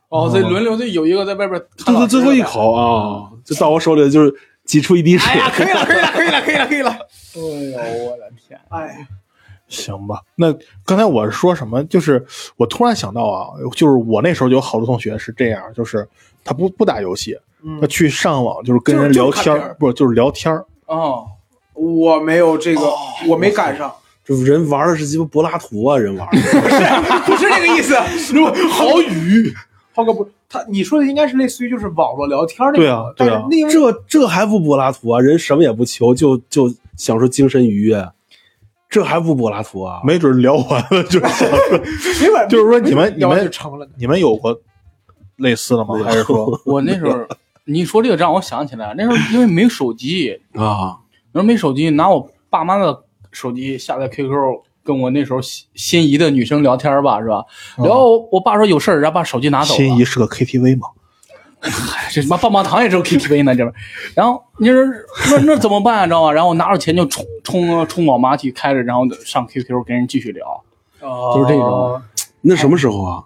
Speaker 3: 哦，所以轮流的有一个在外边看
Speaker 4: 对
Speaker 3: 老
Speaker 4: 对，
Speaker 3: 师的
Speaker 4: 最后一口啊、就到我手里就是挤出一滴 水。
Speaker 2: 哎呀，可以了，可以了，可以了，可以了，可以了。
Speaker 3: 哎呦，我的天！
Speaker 2: 哎呀，
Speaker 1: 行吧？那刚才我是说什么？就是我突然想到啊，就是我那时候有好多同学是这样，就是他不不打游戏，
Speaker 2: 嗯
Speaker 1: 他去上网就是跟
Speaker 2: 就是
Speaker 1: 人聊
Speaker 2: 就是看
Speaker 1: 天
Speaker 2: 片
Speaker 1: 儿
Speaker 2: 儿，
Speaker 1: 不就是聊天儿。
Speaker 3: 哦，
Speaker 2: 我没有这个，我没赶上，
Speaker 4: 这人玩的是鸡巴柏拉图啊，人玩儿的。
Speaker 2: 不是这个 意思。好雨，浩哥不是他，你说的应该是类似于就是网络聊天那种
Speaker 1: 对啊
Speaker 2: 但
Speaker 1: 对
Speaker 2: 是
Speaker 1: 啊
Speaker 2: 那因为
Speaker 4: 这这还不柏拉图啊？人什么也不求，就就享受精神愉悦，这还不柏拉图啊？
Speaker 1: 没准聊完了就
Speaker 2: 没法，
Speaker 1: 就是说你们你
Speaker 2: 聊完就
Speaker 1: 们
Speaker 2: 成了呢。
Speaker 1: 你们有过类似的吗？还是 说
Speaker 3: 我那时候你说这个让我想起来，那时候因为没有手机，
Speaker 4: 啊，
Speaker 3: 然后没手机，拿我爸妈的手机下载 QQ，跟我那时候心心仪的女生聊天吧，是吧？然后我我爸说有事儿，然后把手机拿走了。
Speaker 1: 哦心仪是个 KTV 吗？
Speaker 3: 哎 这他妈棒棒糖也只有 KTV 呢，这边。然后你说那那怎么办啊？知道吗？然后我拿着钱就冲冲冲网吧去开着，然后上 QQ 跟人继续聊。
Speaker 2: 哦
Speaker 3: 就是这种
Speaker 4: 那什么时候啊？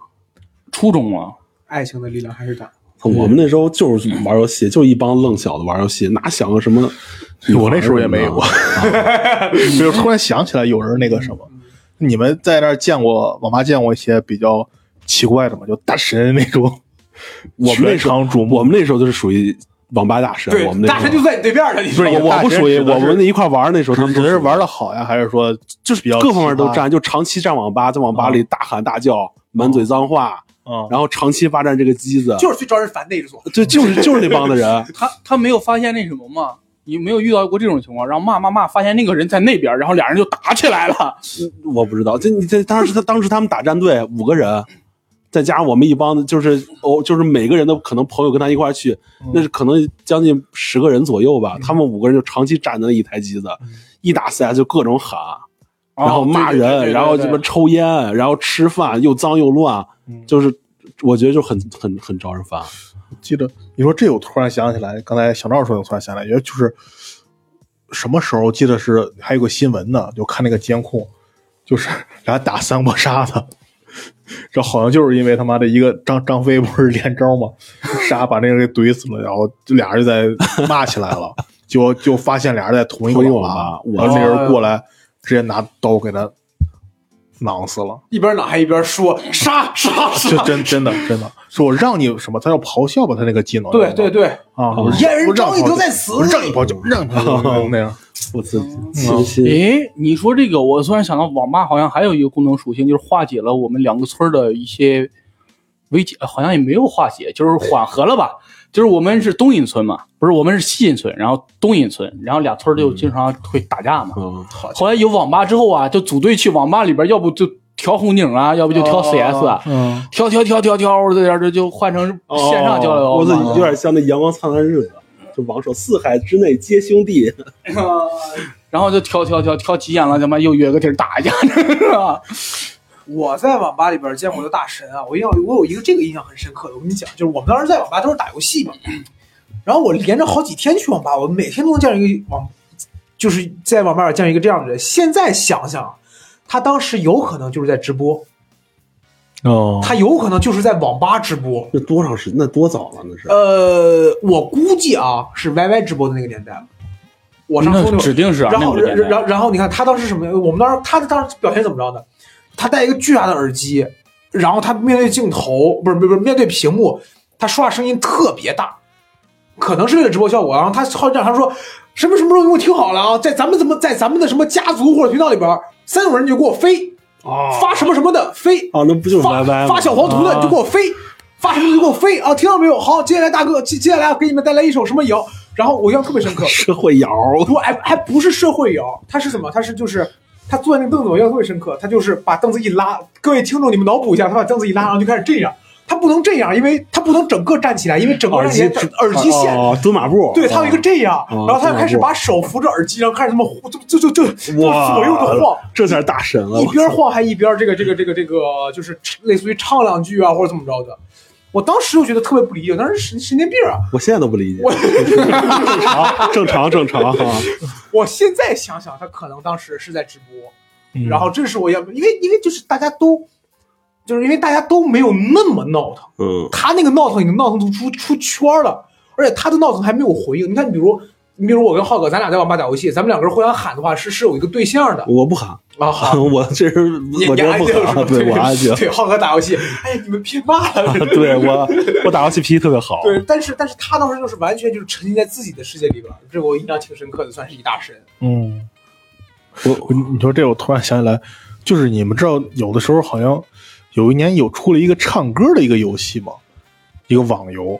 Speaker 3: 初中嘛，，
Speaker 2: 爱情的力量还是大。
Speaker 4: 我们那时候就是玩游戏，就是一帮愣小子玩游戏，哪想个什么？
Speaker 1: 我那时候也没有， 就是突然想起来有人那个什么，你们在那儿见过网吧见过一些比较奇怪的吗？就大神那种，
Speaker 4: 我 们那时候
Speaker 1: 全场瞩目
Speaker 4: 我们那时候就是属于网吧大神，
Speaker 2: 对
Speaker 4: 我们，那
Speaker 2: 大神就在你对面儿呢，你
Speaker 1: 不是
Speaker 2: 知道吗
Speaker 1: 也
Speaker 4: 我我
Speaker 1: 大
Speaker 4: 不
Speaker 1: 神
Speaker 4: 属于
Speaker 1: 指的
Speaker 4: 我
Speaker 1: 是
Speaker 4: 们那一块玩的那时候，他们
Speaker 1: 只
Speaker 4: 都
Speaker 1: 是
Speaker 4: 属于
Speaker 1: 玩的好呀，还是说
Speaker 4: 就是
Speaker 1: 比较
Speaker 4: 各方面都
Speaker 1: 奇葩
Speaker 4: 占，就长期占网吧，在网吧里大喊大叫，满嘴脏话，
Speaker 1: 嗯，
Speaker 4: 然后长期霸占这个机子，
Speaker 2: 就是最招人烦的一种。
Speaker 4: 就就是就是那帮 子人
Speaker 3: 他他没有发现那什么吗？你没有遇到过这种情况，然后骂骂骂，发现那个人在那边，然后俩人就打起来了。
Speaker 4: 我不知道，这你这当时他当时他们打战队五个人。再加上我们一帮子，就是哦，就是每个人的可能朋友跟他一块儿去，那是可能将近十个人左右吧。他们五个人就长期站在那一台机子，一打 CS 就各种喊，然后骂人，然后
Speaker 3: 什
Speaker 4: 什
Speaker 3: 么
Speaker 4: 么抽烟，然后吃饭又脏又乱，就是我觉得就很很很招人烦。
Speaker 1: 记得你说这我突然想起来，刚才小赵说的，我突然想起来，也就是什么时候记得是还有个新闻呢，就看那个监控，就是 俩打三国杀的，这好像就是因为他妈的一个张张飞不是连招吗？杀把那个给怼死了，然后就俩人在骂起来了，就就发现俩人在同一个
Speaker 4: 同一个
Speaker 1: 网吧，
Speaker 4: 网吧
Speaker 1: 然后那
Speaker 2: 哦
Speaker 1: 人过来直接拿刀给他囊死了。
Speaker 2: 一边哪还一边说杀杀
Speaker 1: 这
Speaker 2: 杀，
Speaker 1: 真真的真的是我让你什么？他要咆哮吧？他那个技能
Speaker 2: 对对对，
Speaker 1: 啊，
Speaker 4: 嗯
Speaker 2: 燕人
Speaker 1: 不让
Speaker 2: 张翼
Speaker 1: 跑
Speaker 2: 德
Speaker 1: 就
Speaker 2: 在此
Speaker 1: 不让你跑就让你跑就那样。
Speaker 4: 我自己清新
Speaker 3: 哦诶，你说这个，我突然想到，网吧好像还有一个功能属性，就是化解了我们两个村儿的一些危机，呃好像也没有化解，就是缓和了吧。就是我们是东引村嘛，不是我们是西引村，然后东引村，然后俩村儿
Speaker 2: 嗯
Speaker 3: 就经常会打架嘛。
Speaker 4: 嗯，
Speaker 3: 后来有网吧之后啊，就组队去网吧里边，要不就调红警啊，要不就
Speaker 2: 哦
Speaker 3: 调 CS 啊，
Speaker 2: 呃
Speaker 1: 嗯，
Speaker 3: 调调调调调，这样这就换成
Speaker 2: 哦
Speaker 3: 线上交流
Speaker 4: 哦我
Speaker 3: 网吧
Speaker 4: 自
Speaker 3: 了。
Speaker 4: 己有点像那阳光灿烂日子，就王说四海之内皆兄弟，
Speaker 1: 嗯
Speaker 3: 然后就挑挑挑挑急眼了，他妈又约个地儿打一架， 是吧？
Speaker 2: 我在网吧里边见过的大神啊，我印象我有一个这个印象很深刻的，我跟你讲，就是我们当时在网吧都是打游戏嘛，然后我连着好几天去网吧，我每天都能见着一个网，就是在网吧里见着一个这样的人。现在想想，他当时有可能就是在直播，
Speaker 1: 哦，
Speaker 2: 他有可能就是在网吧直播。
Speaker 4: 那多长时那多早了那是？
Speaker 2: 呃，我估计啊是 YY 直播的那个年代了。我上初
Speaker 3: 那
Speaker 2: 中
Speaker 3: 指定是啊，
Speaker 2: 然后，
Speaker 3: 那个
Speaker 2: 然
Speaker 3: 年代
Speaker 2: 然然后你看他当时什么？我们当时他当时表现怎么着呢？他戴一个巨大的耳机，然后他面对镜头，不是不是不是面对屏幕，他说话声音特别大，可能是为了直播效果。然后他好像他说什么什么时候你给我听好了啊，在咱们怎么在咱们的什么家族或者频道里边，三种人你就给我飞，发什么什么的飞，
Speaker 4: 哦，那不就是
Speaker 2: 发
Speaker 4: YY 吗？
Speaker 2: 发小黄图的你就给我飞，发什么就给我飞啊！听到没有？好，接下来大哥，接接下来给你们带来一首什么谣？然后我印象特别深刻，
Speaker 4: 社会摇，
Speaker 2: 不，还还不是社会摇，他是怎么？他是就是他坐在那个凳子，我印象特别深刻，他就是把凳子一拉，各位听众你们脑补一下，他把凳子一拉，然后就开始这样，他不能这样，因为他不能整个站起来，因为整个
Speaker 4: 耳
Speaker 2: 站
Speaker 4: 机
Speaker 2: 起来耳机线。
Speaker 4: 哦蹲马步，
Speaker 2: 对他有一个这样，
Speaker 4: 哦
Speaker 2: 然后他就开始
Speaker 4: 这样
Speaker 2: 把手扶着耳机，然后开始这么晃，就就就就
Speaker 4: 哇
Speaker 2: 左右的晃，，
Speaker 4: 这才是大神了
Speaker 2: 一。边晃还一边这个这个这个这个，就是类似于唱两句啊或者怎么着的。我当时就觉得特别不理解，我当时神神经病啊！
Speaker 4: 我现在都不理解
Speaker 2: 我，
Speaker 4: 正常正常正常啊！
Speaker 2: 我现在想想，他可能当时是在直播，
Speaker 1: 嗯
Speaker 2: 然后这是我要，因为因为就是大家都，就是因为大家都没有那么闹腾，
Speaker 4: 嗯，
Speaker 2: 他那个闹腾已经闹腾都出出圈了，而且他的闹腾还没有回应。你看，比如你比如我跟浩哥，咱俩在网吧打游戏，咱们两个人互相喊的话，是是有一个对象 的
Speaker 4: 我不喊，
Speaker 2: 啊。好，
Speaker 4: 我这是
Speaker 2: 你
Speaker 4: 我
Speaker 2: 你
Speaker 4: 这
Speaker 2: 安
Speaker 4: 不
Speaker 2: 静是吧
Speaker 1: 啊
Speaker 4: 喊，？对我安静。
Speaker 2: 对，浩哥打游戏，哎，你们别骂 了。
Speaker 4: 对我，我打游戏脾气特别好。
Speaker 2: 对，但是但是他当时就是完全就是沉浸在自己的世界里边儿，这我印象挺深刻的，算是一大神。
Speaker 1: 嗯，我你说这我突然想起来，就是你们知道有的时候好像有一年有出了一个唱歌的一个游戏吗？一个网游，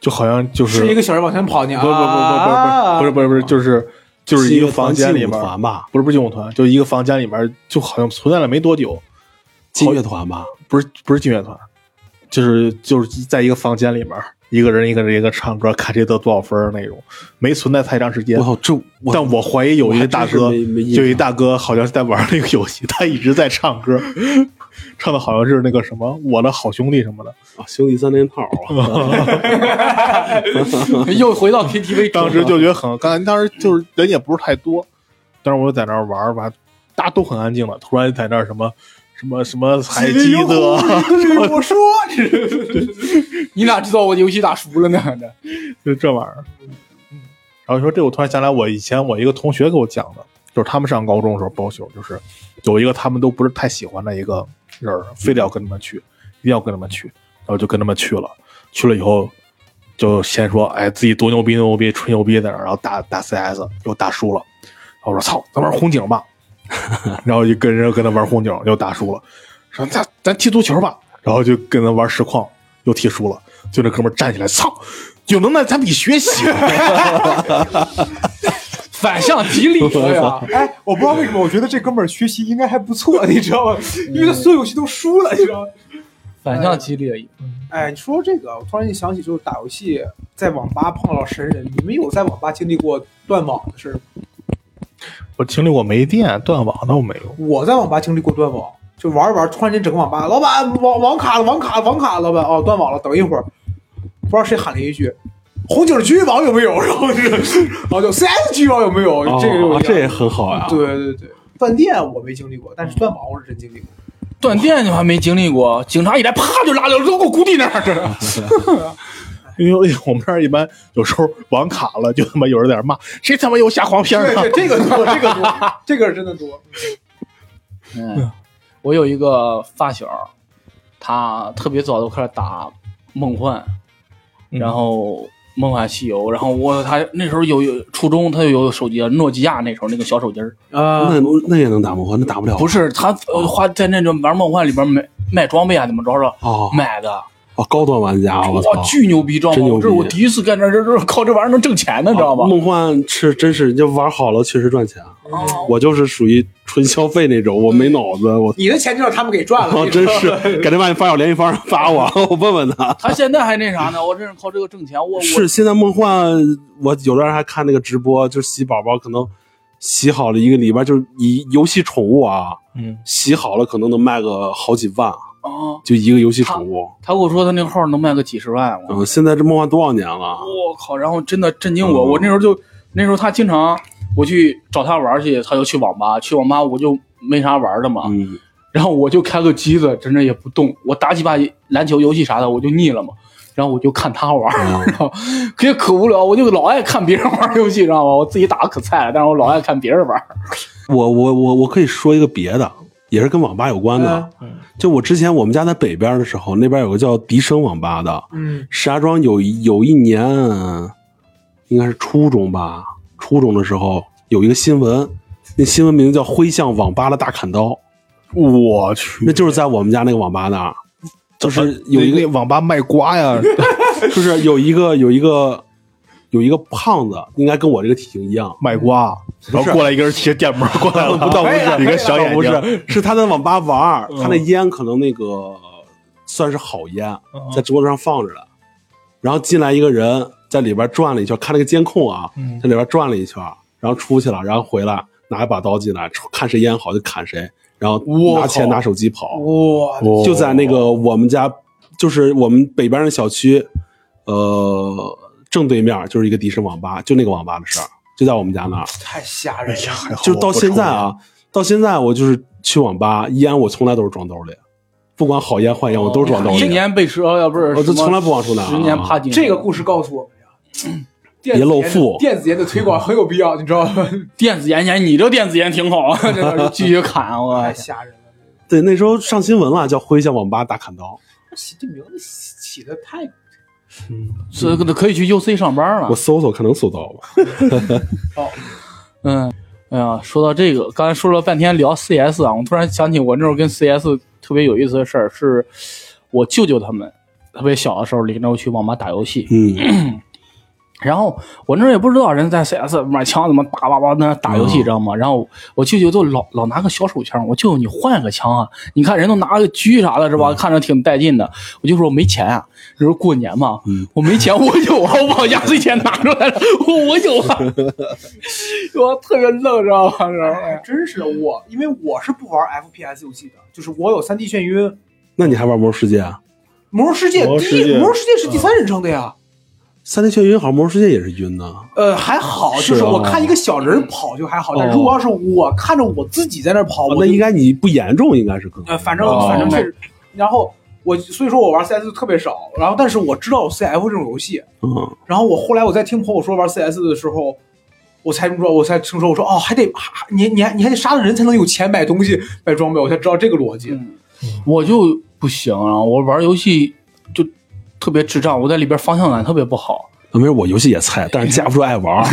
Speaker 1: 就好像就是
Speaker 2: 一个小人往前跑，你
Speaker 1: 不不不不不不是不是不是就是就是一个房间里
Speaker 4: 劲舞
Speaker 1: 面。
Speaker 4: 团吧，
Speaker 1: 不是不是劲舞团，就一个房间里面，就好像存在了没多久，
Speaker 4: 劲乐团吧，
Speaker 1: 不是不是劲乐团，就是就是在一个房间里面，一个人一个人一个唱歌，看谁得多少分儿那种，没存在太长时间
Speaker 4: 我。操，这我
Speaker 1: 但我怀疑有一大
Speaker 4: 我
Speaker 1: 哥
Speaker 4: 还真是没没印，象
Speaker 1: 就一大哥好像是在玩那个游戏，他一直在唱歌， 唱的好像是那个什么我的好兄弟什么的。
Speaker 4: 啊兄弟三连套啊，
Speaker 3: 又回到 KTV，
Speaker 1: 当时就觉得很，刚才当时就是人也不是太多，当时我就在那儿玩儿吧，大家都很安静了，突然在那儿什么什么什么采集的，
Speaker 2: 这我说，这
Speaker 3: 你咋知道我游戏打熟了呢？
Speaker 1: 就这玩意儿。然后你说这，我突然想起来，我以前我一个同学给我讲的，就是他们上高中的时候包宿，就是有一个他们都不是太喜欢的一个人儿，非得要跟他们去，一定要跟他们去，然后就跟他们去了。去了以后，就先说哎自己多牛逼多牛逼，吹牛逼在那儿，然后打打 CS 又打输了，然后我说操，咱玩红警吧，然后就跟人跟他玩红警又打输了，说咱咱踢足球吧，然后就跟他玩实况又踢输了，就那哥们儿站起来，操，有能耐咱比学习。
Speaker 3: 反向激励，对吧？
Speaker 2: 哎，我不知道为什么，我觉得这哥们儿学习应该还不错， 你知道吗？
Speaker 4: 嗯
Speaker 2: 因为他所有游戏都输了，你知道吗？
Speaker 3: 反向激励，
Speaker 2: 哎，你说这个，我突然就想起，就是打游戏在网吧碰到神人，你们有在网吧经历过断网的事儿吗？
Speaker 1: 我经历过没电、断网倒没有。
Speaker 2: 我在网吧经历过断网，就玩着玩着，突然间整个网吧，老板网网卡了，网卡了，网卡了，老板哦，断网了，等一会儿，不知道谁喊了一句。红警局网有没有？然后就是，然后就 CS 局网有没有？ 这个就有
Speaker 4: 哦
Speaker 2: 点
Speaker 4: 这也很好呀。
Speaker 2: 对 对对，断电我没经历过，但是断网我是真经历过。
Speaker 3: 断电你还没经历过， 警察一来啪就拉着，扔给我谷地那儿，这是
Speaker 1: 因为我们这儿一般有时候网卡了，就他妈有人在那骂，谁他妈又下黄片啊
Speaker 2: 对
Speaker 1: 了？
Speaker 2: 对，这个多，这个多，这个是真的多。
Speaker 3: 嗯， 我有一个发小，他特别早就开始打梦幻，然后梦幻西游，然后我他那时候有有初中，他就有手机了，诺基亚那时候那个小手机儿，
Speaker 2: 啊，
Speaker 4: 那那也能打魔幻，那打不了。
Speaker 3: 不是他呃花在那种玩梦幻里边买卖装备啊，怎么着着
Speaker 4: 哦
Speaker 3: 买的，
Speaker 4: 哦，高端玩家，我操
Speaker 3: 哇，！巨牛逼，知道吗
Speaker 4: 真？牛
Speaker 3: 我
Speaker 4: 逼
Speaker 3: 这是我第一次干这，这这靠这玩意儿能挣钱呢，知道吗？哦
Speaker 4: 梦幻是真是，就玩好了确实赚钱。我就是属于纯消费那种，我没脑子，我
Speaker 2: 你的钱就让他们给赚了，
Speaker 4: 操，
Speaker 2: 你
Speaker 4: 哦真
Speaker 2: 知道吗
Speaker 4: 是。 改天把你发小联系方式发我，我问问他。
Speaker 3: 他现在还那啥呢？我真是靠这个挣钱，哦我我
Speaker 4: 是现在梦幻，我有的人还看那个直播，就是洗宝宝，可能洗好了一个礼拜，就是以游戏宠物啊，
Speaker 1: 嗯，
Speaker 4: 洗好了可能能卖个好几万，
Speaker 3: 啊，
Speaker 4: 就一个游戏宠物。
Speaker 3: 他跟我说他那个号能卖个几十万，我
Speaker 4: 嗯，现在这梦幻多少年了？
Speaker 3: 我靠！然后真的震惊我，
Speaker 4: 嗯
Speaker 3: 我那时候就那时候他经常我去找他玩去，他就去网吧，去网吧我就没啥玩的嘛，
Speaker 4: 嗯，
Speaker 3: 然后我就开个机子，真的也不动，我打几把篮球游戏啥的我就腻了嘛，然后我就看他玩，
Speaker 4: 嗯
Speaker 3: 然后可也可无聊，我就老爱看别人玩游戏，知道吗？我自己打得可菜了，但是我老爱看别人玩。哦
Speaker 4: 我我我我可以说一个别的，也是跟网吧有关
Speaker 3: 嗯
Speaker 4: 的。就我之前我们家在北边的时候，那边有个叫笛声网吧的，
Speaker 2: 嗯，
Speaker 4: 石家庄有一有一年，应该是初中吧，初中的时候有一个新闻，那新闻名字叫“挥向网吧的大砍刀
Speaker 1: 我”，去，
Speaker 4: 那就是在我们家那个网吧那儿，
Speaker 1: 呃
Speaker 4: 就是有一
Speaker 1: 那网吧卖瓜 呀，
Speaker 4: 个就是有一个有一个有一个胖子，应该跟我这个体型一样，
Speaker 1: 卖瓜，然后过来一个人骑着电摩过 来了，
Speaker 4: 不倒不
Speaker 2: 可以了
Speaker 4: 是，
Speaker 1: 一个小眼睛，哎
Speaker 4: 不是，是他在网吧玩儿，他那烟可能那个算是好烟，在桌子上放着的。然后进来一个人，在里边转了一圈，看那个监控啊，在里边转了一圈，然后出去了，然后回来拿一把刀进来，抽看谁烟好就砍谁，然后拿钱拿手机跑，
Speaker 2: 哇，
Speaker 1: 哦
Speaker 4: 就在那个我们家，就是我们北边的小区，呃，正对面就是一个迪士尼网吧，就那个网吧的事儿，就在我们家那儿。
Speaker 2: 太吓人了！
Speaker 1: 还好
Speaker 4: 就是到
Speaker 1: 我不
Speaker 4: 现在
Speaker 1: 抽烟，
Speaker 4: 啊，到现在我就是去网吧烟，我从来都是装兜里，不管好烟坏烟，我都
Speaker 2: 哦
Speaker 4: 是装兜
Speaker 3: 一
Speaker 4: 里。
Speaker 3: 年被折，要不是
Speaker 4: 我
Speaker 3: 什
Speaker 4: 这
Speaker 3: 么
Speaker 4: 从来不往出拿啊
Speaker 3: 十年怕井。
Speaker 2: 这个故事告诉我们呀，电子
Speaker 4: 别露
Speaker 2: 烟
Speaker 4: 富
Speaker 2: 电子烟的推广很有必要，你知道吗？
Speaker 3: 电子烟烟，你这电子烟挺好啊， 这个继续砍我。
Speaker 2: 太吓人了，
Speaker 4: 对，那时候上新闻了，叫“挥向网吧大砍刀
Speaker 2: 起这名字起的太……
Speaker 3: 这个可以去 UC 上班”，
Speaker 2: 啊
Speaker 3: 了
Speaker 4: 我。搜搜看能搜到吧？
Speaker 3: 嗯，哎呀，说到这个，刚才说了半天聊 CS 啊，我突然想起我那时候跟 CS 特别有意思的事儿，是我舅舅他们特别小的时候领着我去网吧打游戏，
Speaker 4: 嗯，
Speaker 3: 然后我那时候也不知道人在 CS 买枪怎么打叭叭那打游戏，
Speaker 4: 嗯
Speaker 3: 知道吗？然后我舅舅就老老拿个小手枪，我舅舅你换个枪啊，你看人都拿个狙啥的，是
Speaker 4: 嗯
Speaker 3: 吧？看着挺带劲的。我就说我没钱啊，那时候过年嘛，
Speaker 4: 嗯
Speaker 3: 我没钱，我有啊，我把压岁钱拿出来了，我我有啊，我特别愣，知道吗？然后
Speaker 2: 哎，真是我，因为我是不玩 FPS 游戏的，就是我有三 D 眩晕，《
Speaker 4: 那你还玩魔兽世界？啊？
Speaker 2: 魔兽世界》
Speaker 1: 魔兽
Speaker 2: 第
Speaker 1: 世界
Speaker 2: 一，《魔兽世界》是第三人称的呀。
Speaker 4: 三天眩晕好像魔兽世界也是晕的，
Speaker 2: 呃，还好，
Speaker 4: 是
Speaker 2: 就是我
Speaker 4: 啊
Speaker 2: 看一个小人儿跑就还好，但
Speaker 4: 哦
Speaker 2: 如果要是我看着我自己在那儿跑，我
Speaker 4: 哦那
Speaker 2: 就
Speaker 4: 应该你不严重，应该是更
Speaker 2: 呃，反正
Speaker 3: 哦
Speaker 2: 反正确实，然后我所以说我玩 CS 特别少，然后但是我知道有 CF 这种游戏，
Speaker 4: 嗯
Speaker 2: 然后我后来我在听朋友说玩 CS 的时候，我才知道，我才听说，我说哦，还得还你你还你还得杀了人才能有钱买东西买装备，我才知道这个逻辑。
Speaker 3: 嗯我就不行啊，我玩游戏就特别智障，我在里边方向感特别不好。
Speaker 4: 没事，我游戏也菜，但是架不住爱 玩 儿。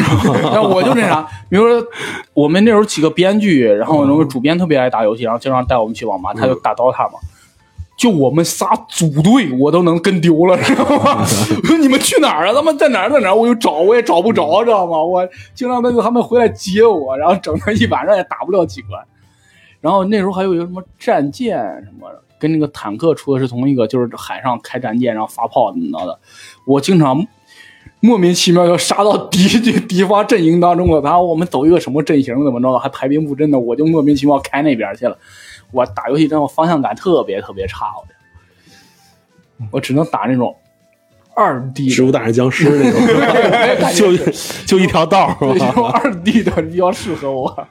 Speaker 3: 但我就那啥，比如说我们那时候几个编剧，然后那个主编特别爱打游戏，然后经常带我们去网吧，他就打 DOTA 嘛。就我们仨组队，我都能跟丢了，知道吗？我说你们去哪儿啊？他们在哪儿在哪儿？我就找，我也找不着，知道吗？我经常那个他们回来接我，然后整个一晚上也打不了几关。然后那时候还有一个什么战舰什么的，跟那个坦克出的是同一个，就是海上开战舰，然后发炮怎么着的。我经常莫名其妙就杀到敌敌敌方阵营当中了，然后我们走一个什么阵型怎么着的，还排兵布阵的，我就莫名其妙开那边去了。我打游戏真的方向感特别特别差，我这我只能打那种二 D
Speaker 4: 植物大战僵尸 那种，
Speaker 3: 的，
Speaker 4: 就就一条道儿
Speaker 3: 对
Speaker 1: 哎
Speaker 4: 是
Speaker 3: 这
Speaker 4: 吧？
Speaker 3: 种 二 D 的比较适合我。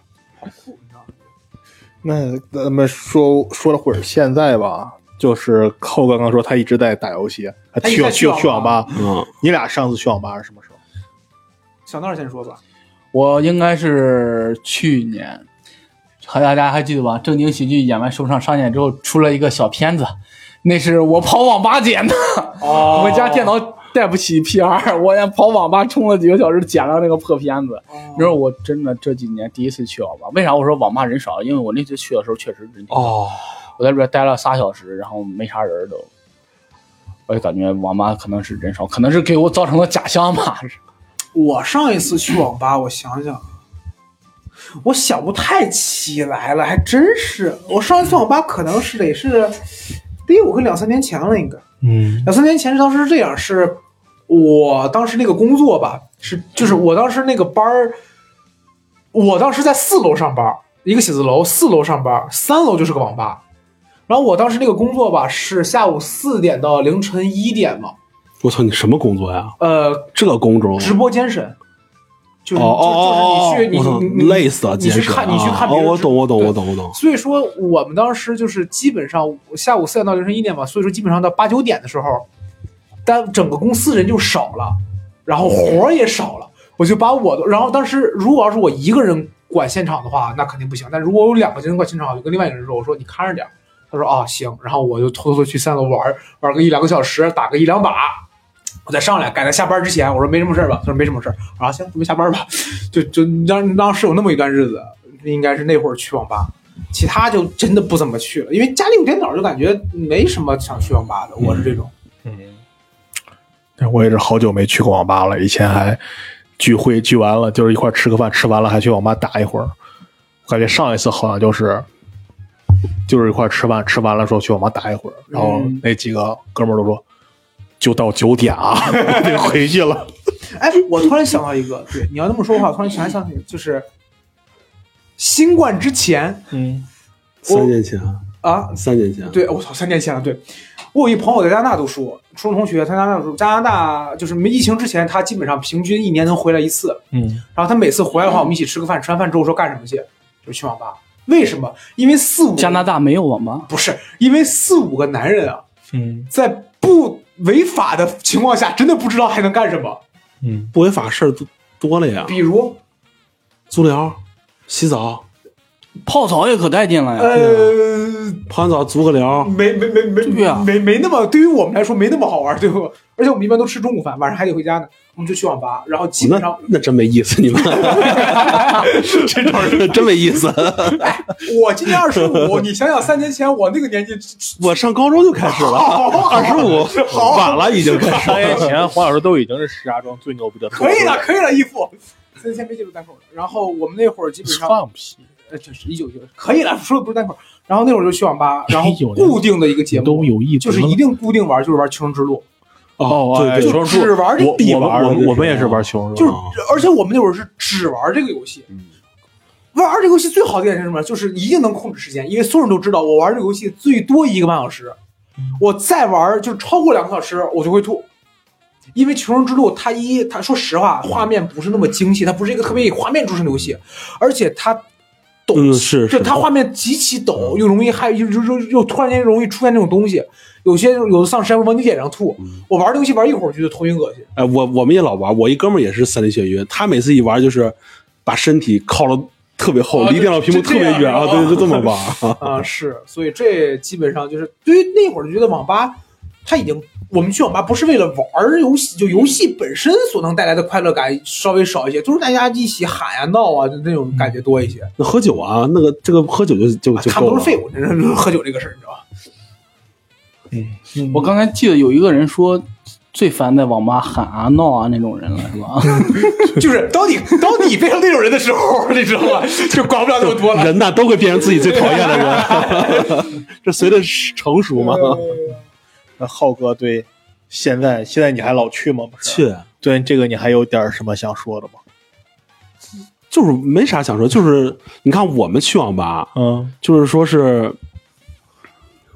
Speaker 1: 那咱们说说了会儿现在吧，就是寇刚刚说他一直在打游戏，
Speaker 2: 他一直
Speaker 1: 去
Speaker 2: 在
Speaker 1: 去
Speaker 2: 去
Speaker 1: 去
Speaker 2: 网
Speaker 1: 网
Speaker 2: 吧
Speaker 1: 吧。
Speaker 4: 嗯，
Speaker 1: 你俩上次去网吧是什么时候？
Speaker 2: 小闹先说吧，
Speaker 3: 我应该是去年，和大家还记得吧？正经喜剧演完首场上演之后，出了一个小片子，那是我跑网吧剪的。
Speaker 2: 哦
Speaker 3: 我们家电脑带不起 PR，我也跑网吧充了几个小时，剪了那个破片子。你说我真的这几年第一次去网吧，为啥我说网吧人少？因为我那次去的时候确实人挺少
Speaker 4: 哦，
Speaker 3: 我在里边待了仨小时，然后没啥人儿都，我就感觉网吧可能是人少，可能是给我造成了假象吧。
Speaker 2: 我上一次去网吧，我想想，我想不太起来了，还真是。我上一次网吧可能是得是得有个两三年前了，应该。
Speaker 4: 嗯
Speaker 2: 两三年前当时是这样，是我当时那个工作吧，是就是我当时那个班儿，我当时在四楼上班儿，一个写字楼，四楼上班儿，三楼就是个网吧。然后我当时那个工作吧是下午四点到凌晨一点嘛，
Speaker 4: 我操，你什么工作呀？
Speaker 2: 呃，
Speaker 4: 这工种
Speaker 2: 直播间审，就是
Speaker 4: 哦哦哦，
Speaker 2: 就是你去
Speaker 4: 我操
Speaker 2: 你你你
Speaker 4: 累死了，
Speaker 2: 你去
Speaker 4: 健身
Speaker 2: 看你去看
Speaker 4: 啊
Speaker 2: 别
Speaker 4: 哦，
Speaker 2: 人
Speaker 4: 我
Speaker 2: 直
Speaker 4: 懂，我懂，
Speaker 2: 对
Speaker 4: 我懂，我懂。
Speaker 2: 所以说我们当时就是基本上下午四点到凌晨一点嘛，所以说基本上到八九点的时候，但整个公司人就少了，然后活儿也少了，我就把我的，然后当时如果要是我一个人管现场的话，那肯定不行，但如果有两个人管现场，我就跟另外一个人说，我说你看着点儿。他说啊、行，然后我就偷偷的去三楼玩儿玩个一两个小时，打个一两把，我再上来，赶在下班之前，我说没什么事儿吧，他说没什么事儿，啊行，准备下班吧，就就当当时有那么一段日子，应该是那会儿去网吧，其他就真的不怎么去了，因为家里有电脑就感觉没什么想去网吧的，我是这种，
Speaker 1: 但我也是好久没去过网吧了，以前还聚会聚完了，就是一块儿吃个饭，吃完了还去网吧打一会儿。我感觉上一次好像就是就是一块儿吃饭，吃完了说去网吧打一会儿，然后
Speaker 2: 嗯
Speaker 1: 那几个哥们儿都说就到九点啊， 我得回去 了。
Speaker 2: 哎，我突然想到一个，对，你要那么说的话，突然想想起就是新冠之前
Speaker 1: 嗯，
Speaker 2: 我
Speaker 4: 三年前，
Speaker 2: 啊，
Speaker 4: 三年前，
Speaker 2: 对，我操，三年前了。对，我有一朋友在加拿大读书，初中同学，他加拿大读书，加拿大就是没疫情之前，他基本上平均一年能回来一次。
Speaker 1: 嗯，
Speaker 2: 然后他每次回来的话，我们一起吃个饭，吃完饭之后说干什么去，就去网吧。为什么？因为四五
Speaker 3: 加拿大没有网吧，
Speaker 2: 不是因为四五个男人啊，
Speaker 1: 嗯
Speaker 2: 在不违法的情况下，真的不知道还能干什么，
Speaker 1: 嗯，
Speaker 4: 不违法事儿多多了呀，
Speaker 2: 比如
Speaker 4: 足疗、洗澡、
Speaker 3: 泡澡也可带劲了呀。
Speaker 1: 啊
Speaker 2: 呃，
Speaker 4: 泡完澡足个
Speaker 3: 嗯
Speaker 4: 疗，
Speaker 2: 没没没没
Speaker 3: 对啊
Speaker 2: 没没那么，对于我们来说没那么好玩，对吧？而且我们一般都吃中午饭，晚上还得回家呢，我们就去网吧，然后基本
Speaker 4: 那
Speaker 2: 上
Speaker 4: 那真没意 思，你们这种人 真没意思。
Speaker 2: 我今年二十五，你想想三年前我那个年 纪，
Speaker 4: 我上高中就开始了，
Speaker 3: 啊
Speaker 4: 二十五，晚了已经开始
Speaker 1: 三年前黄老师都已经是石家庄最牛逼的，
Speaker 2: 可以啊了，可以了，义父。三年前没接触单口了，然后我们那会儿基本上，
Speaker 1: 放屁，
Speaker 2: 呃，就是一九九，可以了，说的不是单口。然后那会儿就去网吧，然后
Speaker 1: 有人
Speaker 2: 固定的一个节目，
Speaker 1: 哎都有意
Speaker 2: 就是一定固定玩，就是玩《求生之路
Speaker 1: 哦，
Speaker 4: 对
Speaker 1: 哎
Speaker 4: 对
Speaker 1: 求生之
Speaker 2: 就只
Speaker 1: 路
Speaker 2: 玩这
Speaker 1: 我
Speaker 4: 必
Speaker 1: 我们
Speaker 4: 玩的
Speaker 1: 我
Speaker 4: 这
Speaker 1: 们
Speaker 4: 是
Speaker 1: 我们也是玩求生》，之
Speaker 2: 就是
Speaker 1: 路，
Speaker 4: 哦嗯
Speaker 2: 而且我们那会儿是只玩这个游戏。玩这个游戏最好的一点是什么？就是一定能控制时间，因为所有人都知道，我玩这个游戏
Speaker 4: 嗯
Speaker 2: 最多一个半小时，我再玩就是超过两个小时，我就会吐。因为《求生之路》，它一它说实话，画面不是那么精细，它不是一个特别以画面著称的游戏，而且它抖，
Speaker 4: 嗯是嗯
Speaker 2: 就是它画面极其抖，又容易还又又又又突然间容易出现这种东西，有些有的丧尸还往你脸上吐。
Speaker 4: 嗯
Speaker 2: 我玩这游戏玩一会儿觉得头晕恶心，
Speaker 4: 哎，我我们也老玩，我一哥们儿也是三D眩晕，他每次一玩就是把身体靠了特别后，
Speaker 3: 哦
Speaker 4: 离电脑屏幕
Speaker 3: 就
Speaker 4: 特
Speaker 3: 这
Speaker 4: 别
Speaker 3: 样
Speaker 4: 远啊，
Speaker 3: 是吧
Speaker 4: 对，就 这么玩。
Speaker 2: 啊，是，所以这基本上就是对于那会儿就觉得网吧，它已经我们去网吧不是为了玩儿游戏，就游戏本身所能带来的快乐感稍微少一些，就是大家一起喊呀、闹啊，就那种感觉多一些。
Speaker 4: 那喝酒啊，那个这个喝酒就就嗯就
Speaker 2: 他们
Speaker 4: 够
Speaker 2: 都
Speaker 4: 了
Speaker 2: 是。 废物，人家喝酒这个事儿，你 知道吧？
Speaker 3: 我刚才记得有一个人说，最烦在网吧喊啊闹啊那种人了，是 吧？
Speaker 2: 就是当你当你变成那种人的时候， 你知道吧？就管不了那么多了。
Speaker 4: 人呐，都会变成自己最讨厌的人， 这随着成熟嘛。
Speaker 1: 那浩哥对现在现在你还老去吗？不 是，
Speaker 4: 去，
Speaker 1: 对这个你还有点什么想说的吗？
Speaker 4: 就是没啥想说，就是你看我们去网吧，
Speaker 1: 嗯
Speaker 4: 就是说是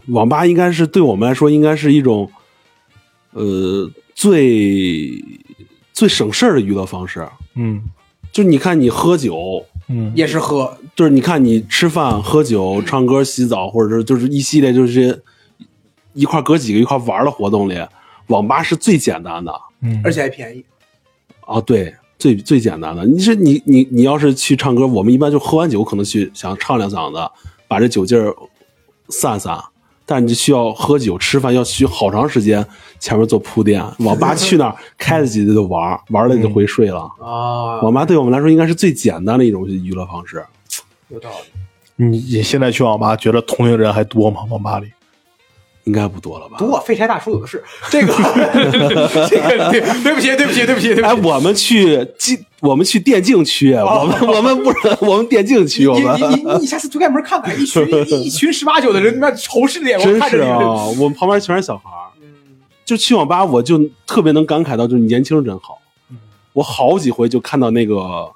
Speaker 4: 网吧应该是对我们来说应该是一种，呃，最最省事儿的娱乐方式。
Speaker 1: 嗯
Speaker 4: 就是你看你喝酒，
Speaker 1: 嗯
Speaker 2: 也是喝，
Speaker 4: 就是你看你吃饭、喝酒、唱歌、洗澡，或者是就是一系列就是这些一块儿哥几个一块儿玩儿的活动里，网吧是最简单的
Speaker 1: 嗯
Speaker 2: 而且还便宜。
Speaker 4: 啊，对，最最简单的。你是你你你要是去唱歌，我们一般就喝完酒可能去想唱两嗓子，把这酒劲儿散散。但是你需要喝酒、吃饭，要需好长时间前面做铺垫。网吧去 那儿开了几局就玩儿，玩了就回睡了。
Speaker 2: 啊，
Speaker 4: 网吧对我们来说应该是最简单的一种娱乐方式。
Speaker 2: 有道理。
Speaker 1: 你你现在去网吧，觉得同龄人还多吗？网吧里？
Speaker 4: 应该不多了吧？
Speaker 2: 不过废柴大叔有的是，这个 这个对对不起对不起对不起对不
Speaker 4: 哎，
Speaker 2: 起，哦
Speaker 4: 我们去竞，我们去电竞区，我们我们不是我们电竞区，我
Speaker 2: 你你
Speaker 4: 们
Speaker 2: 你你下次推开门看看，一群一一群十八九的人，那仇视的眼光
Speaker 4: 真
Speaker 2: 哎看着你。
Speaker 4: 是
Speaker 2: 嗯
Speaker 4: 啊，我们旁边全是小孩儿。就去网吧，我就特别能感慨到，就是年轻人真好。
Speaker 2: 嗯
Speaker 4: 我好几回就看到那个，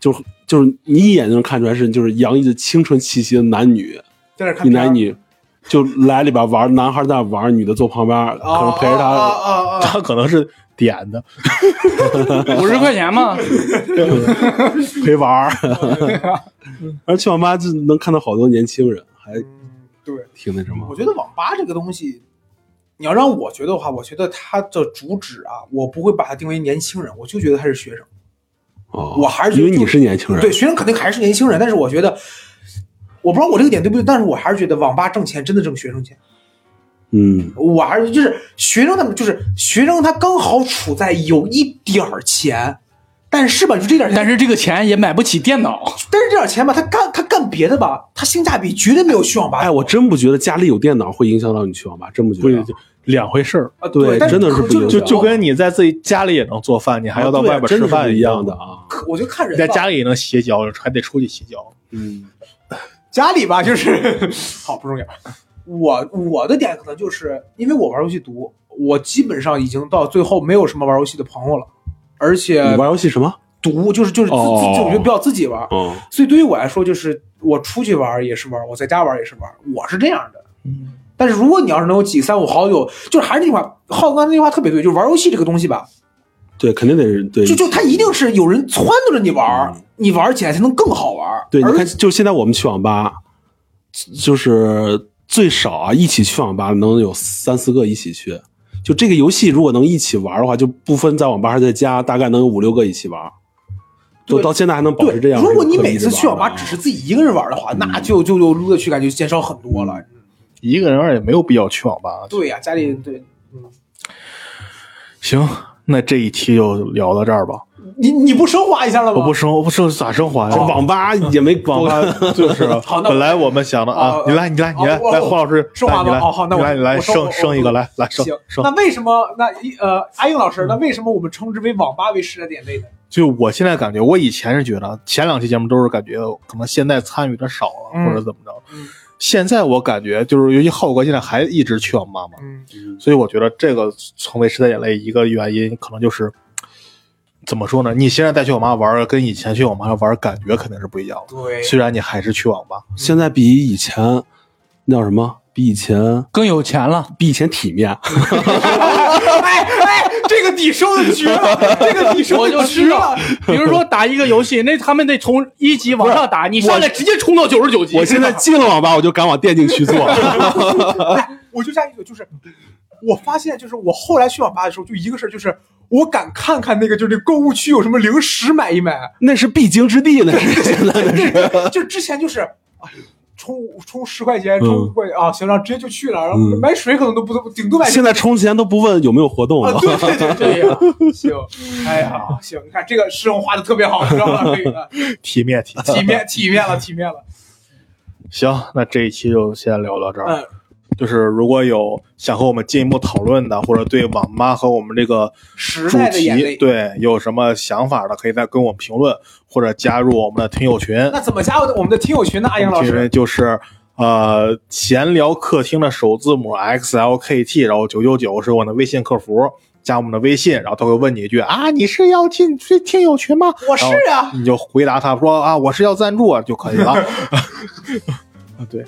Speaker 4: 就是就是你一眼就能看出来是就是洋溢着青春气息的男女，
Speaker 2: 在那看
Speaker 4: 一
Speaker 2: 片儿
Speaker 4: 男，一女，就来里边玩，男孩在那玩，女的坐旁边，可能陪着
Speaker 2: 啊啊
Speaker 4: 他。
Speaker 2: 啊啊啊！
Speaker 1: 他可能是点的，
Speaker 3: 五十块钱嘛，
Speaker 4: 陪玩儿，而去网吧就能看到好多年轻人，还
Speaker 2: 嗯对，
Speaker 4: 挺那什么
Speaker 2: 我。觉得网吧这个东西，你要让我觉得的话，我觉得它的主旨啊，我不会把它定为年轻人，我就觉得他是学生。
Speaker 4: 哦，
Speaker 2: 我还是觉
Speaker 4: 因
Speaker 2: 得
Speaker 4: 为你是年轻人，
Speaker 2: 对，学生肯定还是年轻人，但是我觉得，我不知道我这个点对不对，但是我还是觉得网吧挣钱真的挣学生钱。
Speaker 4: 嗯，
Speaker 2: 我还是就是学生他们就是学生他刚好处在有一点儿钱，但是吧，就这点儿钱，
Speaker 3: 但是这个钱也买不起电脑。
Speaker 2: 但是这点儿钱吧，他干他干别的吧，他性价比绝对没有去网吧
Speaker 4: 哎，我真不觉得家里有电脑会影响到你去网吧，真不觉
Speaker 1: 不
Speaker 4: 得。
Speaker 1: 就 两回事儿。
Speaker 2: 啊，
Speaker 4: 对
Speaker 2: 但
Speaker 4: 真的是
Speaker 2: 可
Speaker 4: 不
Speaker 2: 就
Speaker 4: 一样
Speaker 1: 就
Speaker 4: 对
Speaker 1: 就跟你在自己家里也能做饭，你还要到
Speaker 4: 啊对
Speaker 1: 外边
Speaker 4: 真
Speaker 1: 吃
Speaker 4: 的是不
Speaker 1: 饭
Speaker 4: 一样
Speaker 1: 的。
Speaker 4: 的啊。
Speaker 2: 可我就看人
Speaker 1: 你
Speaker 2: 吧
Speaker 1: 在家里也能洗脚，还得出去洗脚。
Speaker 4: 嗯，
Speaker 2: 家里吧，就是 好不重要。我我的点可能就是因为我玩游戏毒，我基本上已经到最后没有什么玩游戏的朋友了，而且
Speaker 4: 你玩游戏什么？
Speaker 2: 毒就是就是自自
Speaker 4: 哦
Speaker 2: 就我觉得不要自己玩，
Speaker 4: 哦，
Speaker 2: 所以对于我来说，就是我出去玩也是玩，我在家玩也是玩，我是这样的。但是如果你要是能有几三五好友，就是还是那句话，浩哥刚才那句话特别对，就是玩游戏这个东西吧，
Speaker 4: 对，肯定得是对嗯
Speaker 2: 就。就它一定是有人撺掇着你玩，你玩起来才能更好玩。
Speaker 4: 对，你
Speaker 2: 而
Speaker 4: 看，就现在我们去网吧，就是最少啊，一起去网吧能有三四个一起去。就这个游戏，如果能一起玩的话，就不分在网吧还是在家，大概能有五六个一起玩。
Speaker 2: 对
Speaker 4: 都到现在还能保持这
Speaker 2: 对，
Speaker 4: 样。
Speaker 2: 如果
Speaker 4: 是
Speaker 2: 你
Speaker 4: 可以
Speaker 2: 每次
Speaker 4: 一直
Speaker 2: 去网吧
Speaker 4: 玩的啊嗯
Speaker 2: 只是自己一个人玩的话，那就就就乐趣感就减少很多了。
Speaker 1: 一个人玩也没有必要去网吧。
Speaker 2: 对呀、家里对
Speaker 1: 行，那这一期就聊到这儿吧。
Speaker 2: 你你不升华一下了吗？
Speaker 1: 我不生，我不生咋生活呀？
Speaker 4: 这网吧也没
Speaker 1: 网吧 就是，
Speaker 2: 好那我
Speaker 1: 本来我们想的啊
Speaker 2: 好，
Speaker 1: 你来，你来，
Speaker 2: 好
Speaker 1: 你来，
Speaker 2: 我
Speaker 1: 来，霍老师，
Speaker 2: 升华
Speaker 1: 来你
Speaker 2: 吧哦
Speaker 1: 来，
Speaker 2: 好好那
Speaker 1: 你
Speaker 2: 我
Speaker 1: 来，你来，
Speaker 2: 我升我
Speaker 1: 生生一
Speaker 2: 我
Speaker 1: 个，来，来生
Speaker 2: 行，
Speaker 1: 生
Speaker 2: 那。为什么那一呃阿英
Speaker 4: 嗯
Speaker 2: 老师，那为什么我们称之为网吧为时代点位呢？
Speaker 1: 就我现在感觉，我以前是觉得前两期节目都是感觉可能现在参与的少了，
Speaker 2: 嗯
Speaker 1: 或者怎么着。
Speaker 2: 嗯
Speaker 1: 现在我感觉就是，尤其浩哥现在还一直去网吧嘛，
Speaker 2: 嗯，
Speaker 1: 所以我觉得这个成为时代眼泪一个原因，可能就是怎么说呢？你现在再去网吧玩儿，跟以前去网吧玩儿感觉肯定是不一样的。
Speaker 2: 对
Speaker 1: 虽然你还是去网吧，
Speaker 4: 现在比以前那叫什么比以前
Speaker 3: 更有钱了，
Speaker 4: 比以前体 面。
Speaker 2: 哎哎，这个底收的绝了，这个底收
Speaker 3: 我就
Speaker 2: 的
Speaker 3: 知
Speaker 2: 绝
Speaker 3: 道
Speaker 2: 了。。
Speaker 3: 比如说打一个游戏，那他们得从一级往上打，你上来直接冲到九十九级。
Speaker 4: 我现在进了网吧，我就敢往电竞 区坐。
Speaker 2: 我就加一个，就是我发现，就是我后来去网吧的时候，就一个事儿，就是我敢看看那个，就是购物区有什么零食买一买。
Speaker 4: 那是必经之地，那是现在的是。
Speaker 2: 就之前就是啊，充充十块钱，充五
Speaker 4: 嗯
Speaker 2: 块钱啊，行，然后直接就去了，然后
Speaker 4: 嗯
Speaker 2: 买水可能都不都顶多买
Speaker 4: 现在充钱都不问有没有活动
Speaker 2: 啊
Speaker 4: 了，，
Speaker 2: 对对对对，
Speaker 3: 对呀，
Speaker 2: 行，哎呀，行，你看这个师兄画的特别好，知道吧？可以的，
Speaker 1: 体面体面。
Speaker 2: 体面体面了，体面了。
Speaker 1: 行，那这一期就先聊到这儿。
Speaker 2: 嗯，
Speaker 1: 就是如果有想和我们进一步讨论的，或者对网吧和我们这个
Speaker 2: 时
Speaker 1: 主
Speaker 2: 代的眼
Speaker 1: 题
Speaker 2: 泪。
Speaker 1: 对有什么想法的，可以再跟我们评论，或者加入我们的听友群。
Speaker 2: 那怎么加入我们的听友群呢？阿英老
Speaker 1: 因为
Speaker 2: 师，
Speaker 1: 就是呃，闲聊客厅的首字母 X L K T，然后九九九是我的微信客服，加我们的微信，然后他会问你一句啊，你是要进这听友群吗？
Speaker 2: 我是啊，
Speaker 1: 你就回答他说啊，我是要赞助啊就可 以了。啊，对，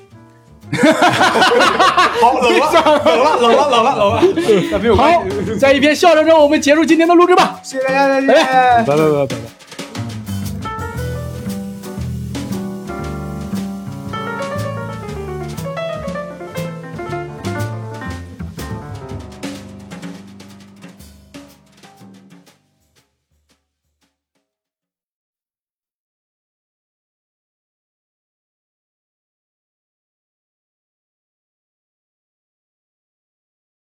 Speaker 2: 好，冷了，冷了，冷了，冷了，冷了，那没有关
Speaker 3: 好
Speaker 2: 系，，
Speaker 3: 在一边笑声中，我们结束今天的录制吧。
Speaker 2: 谢谢大家，再见。
Speaker 1: 拜拜拜拜。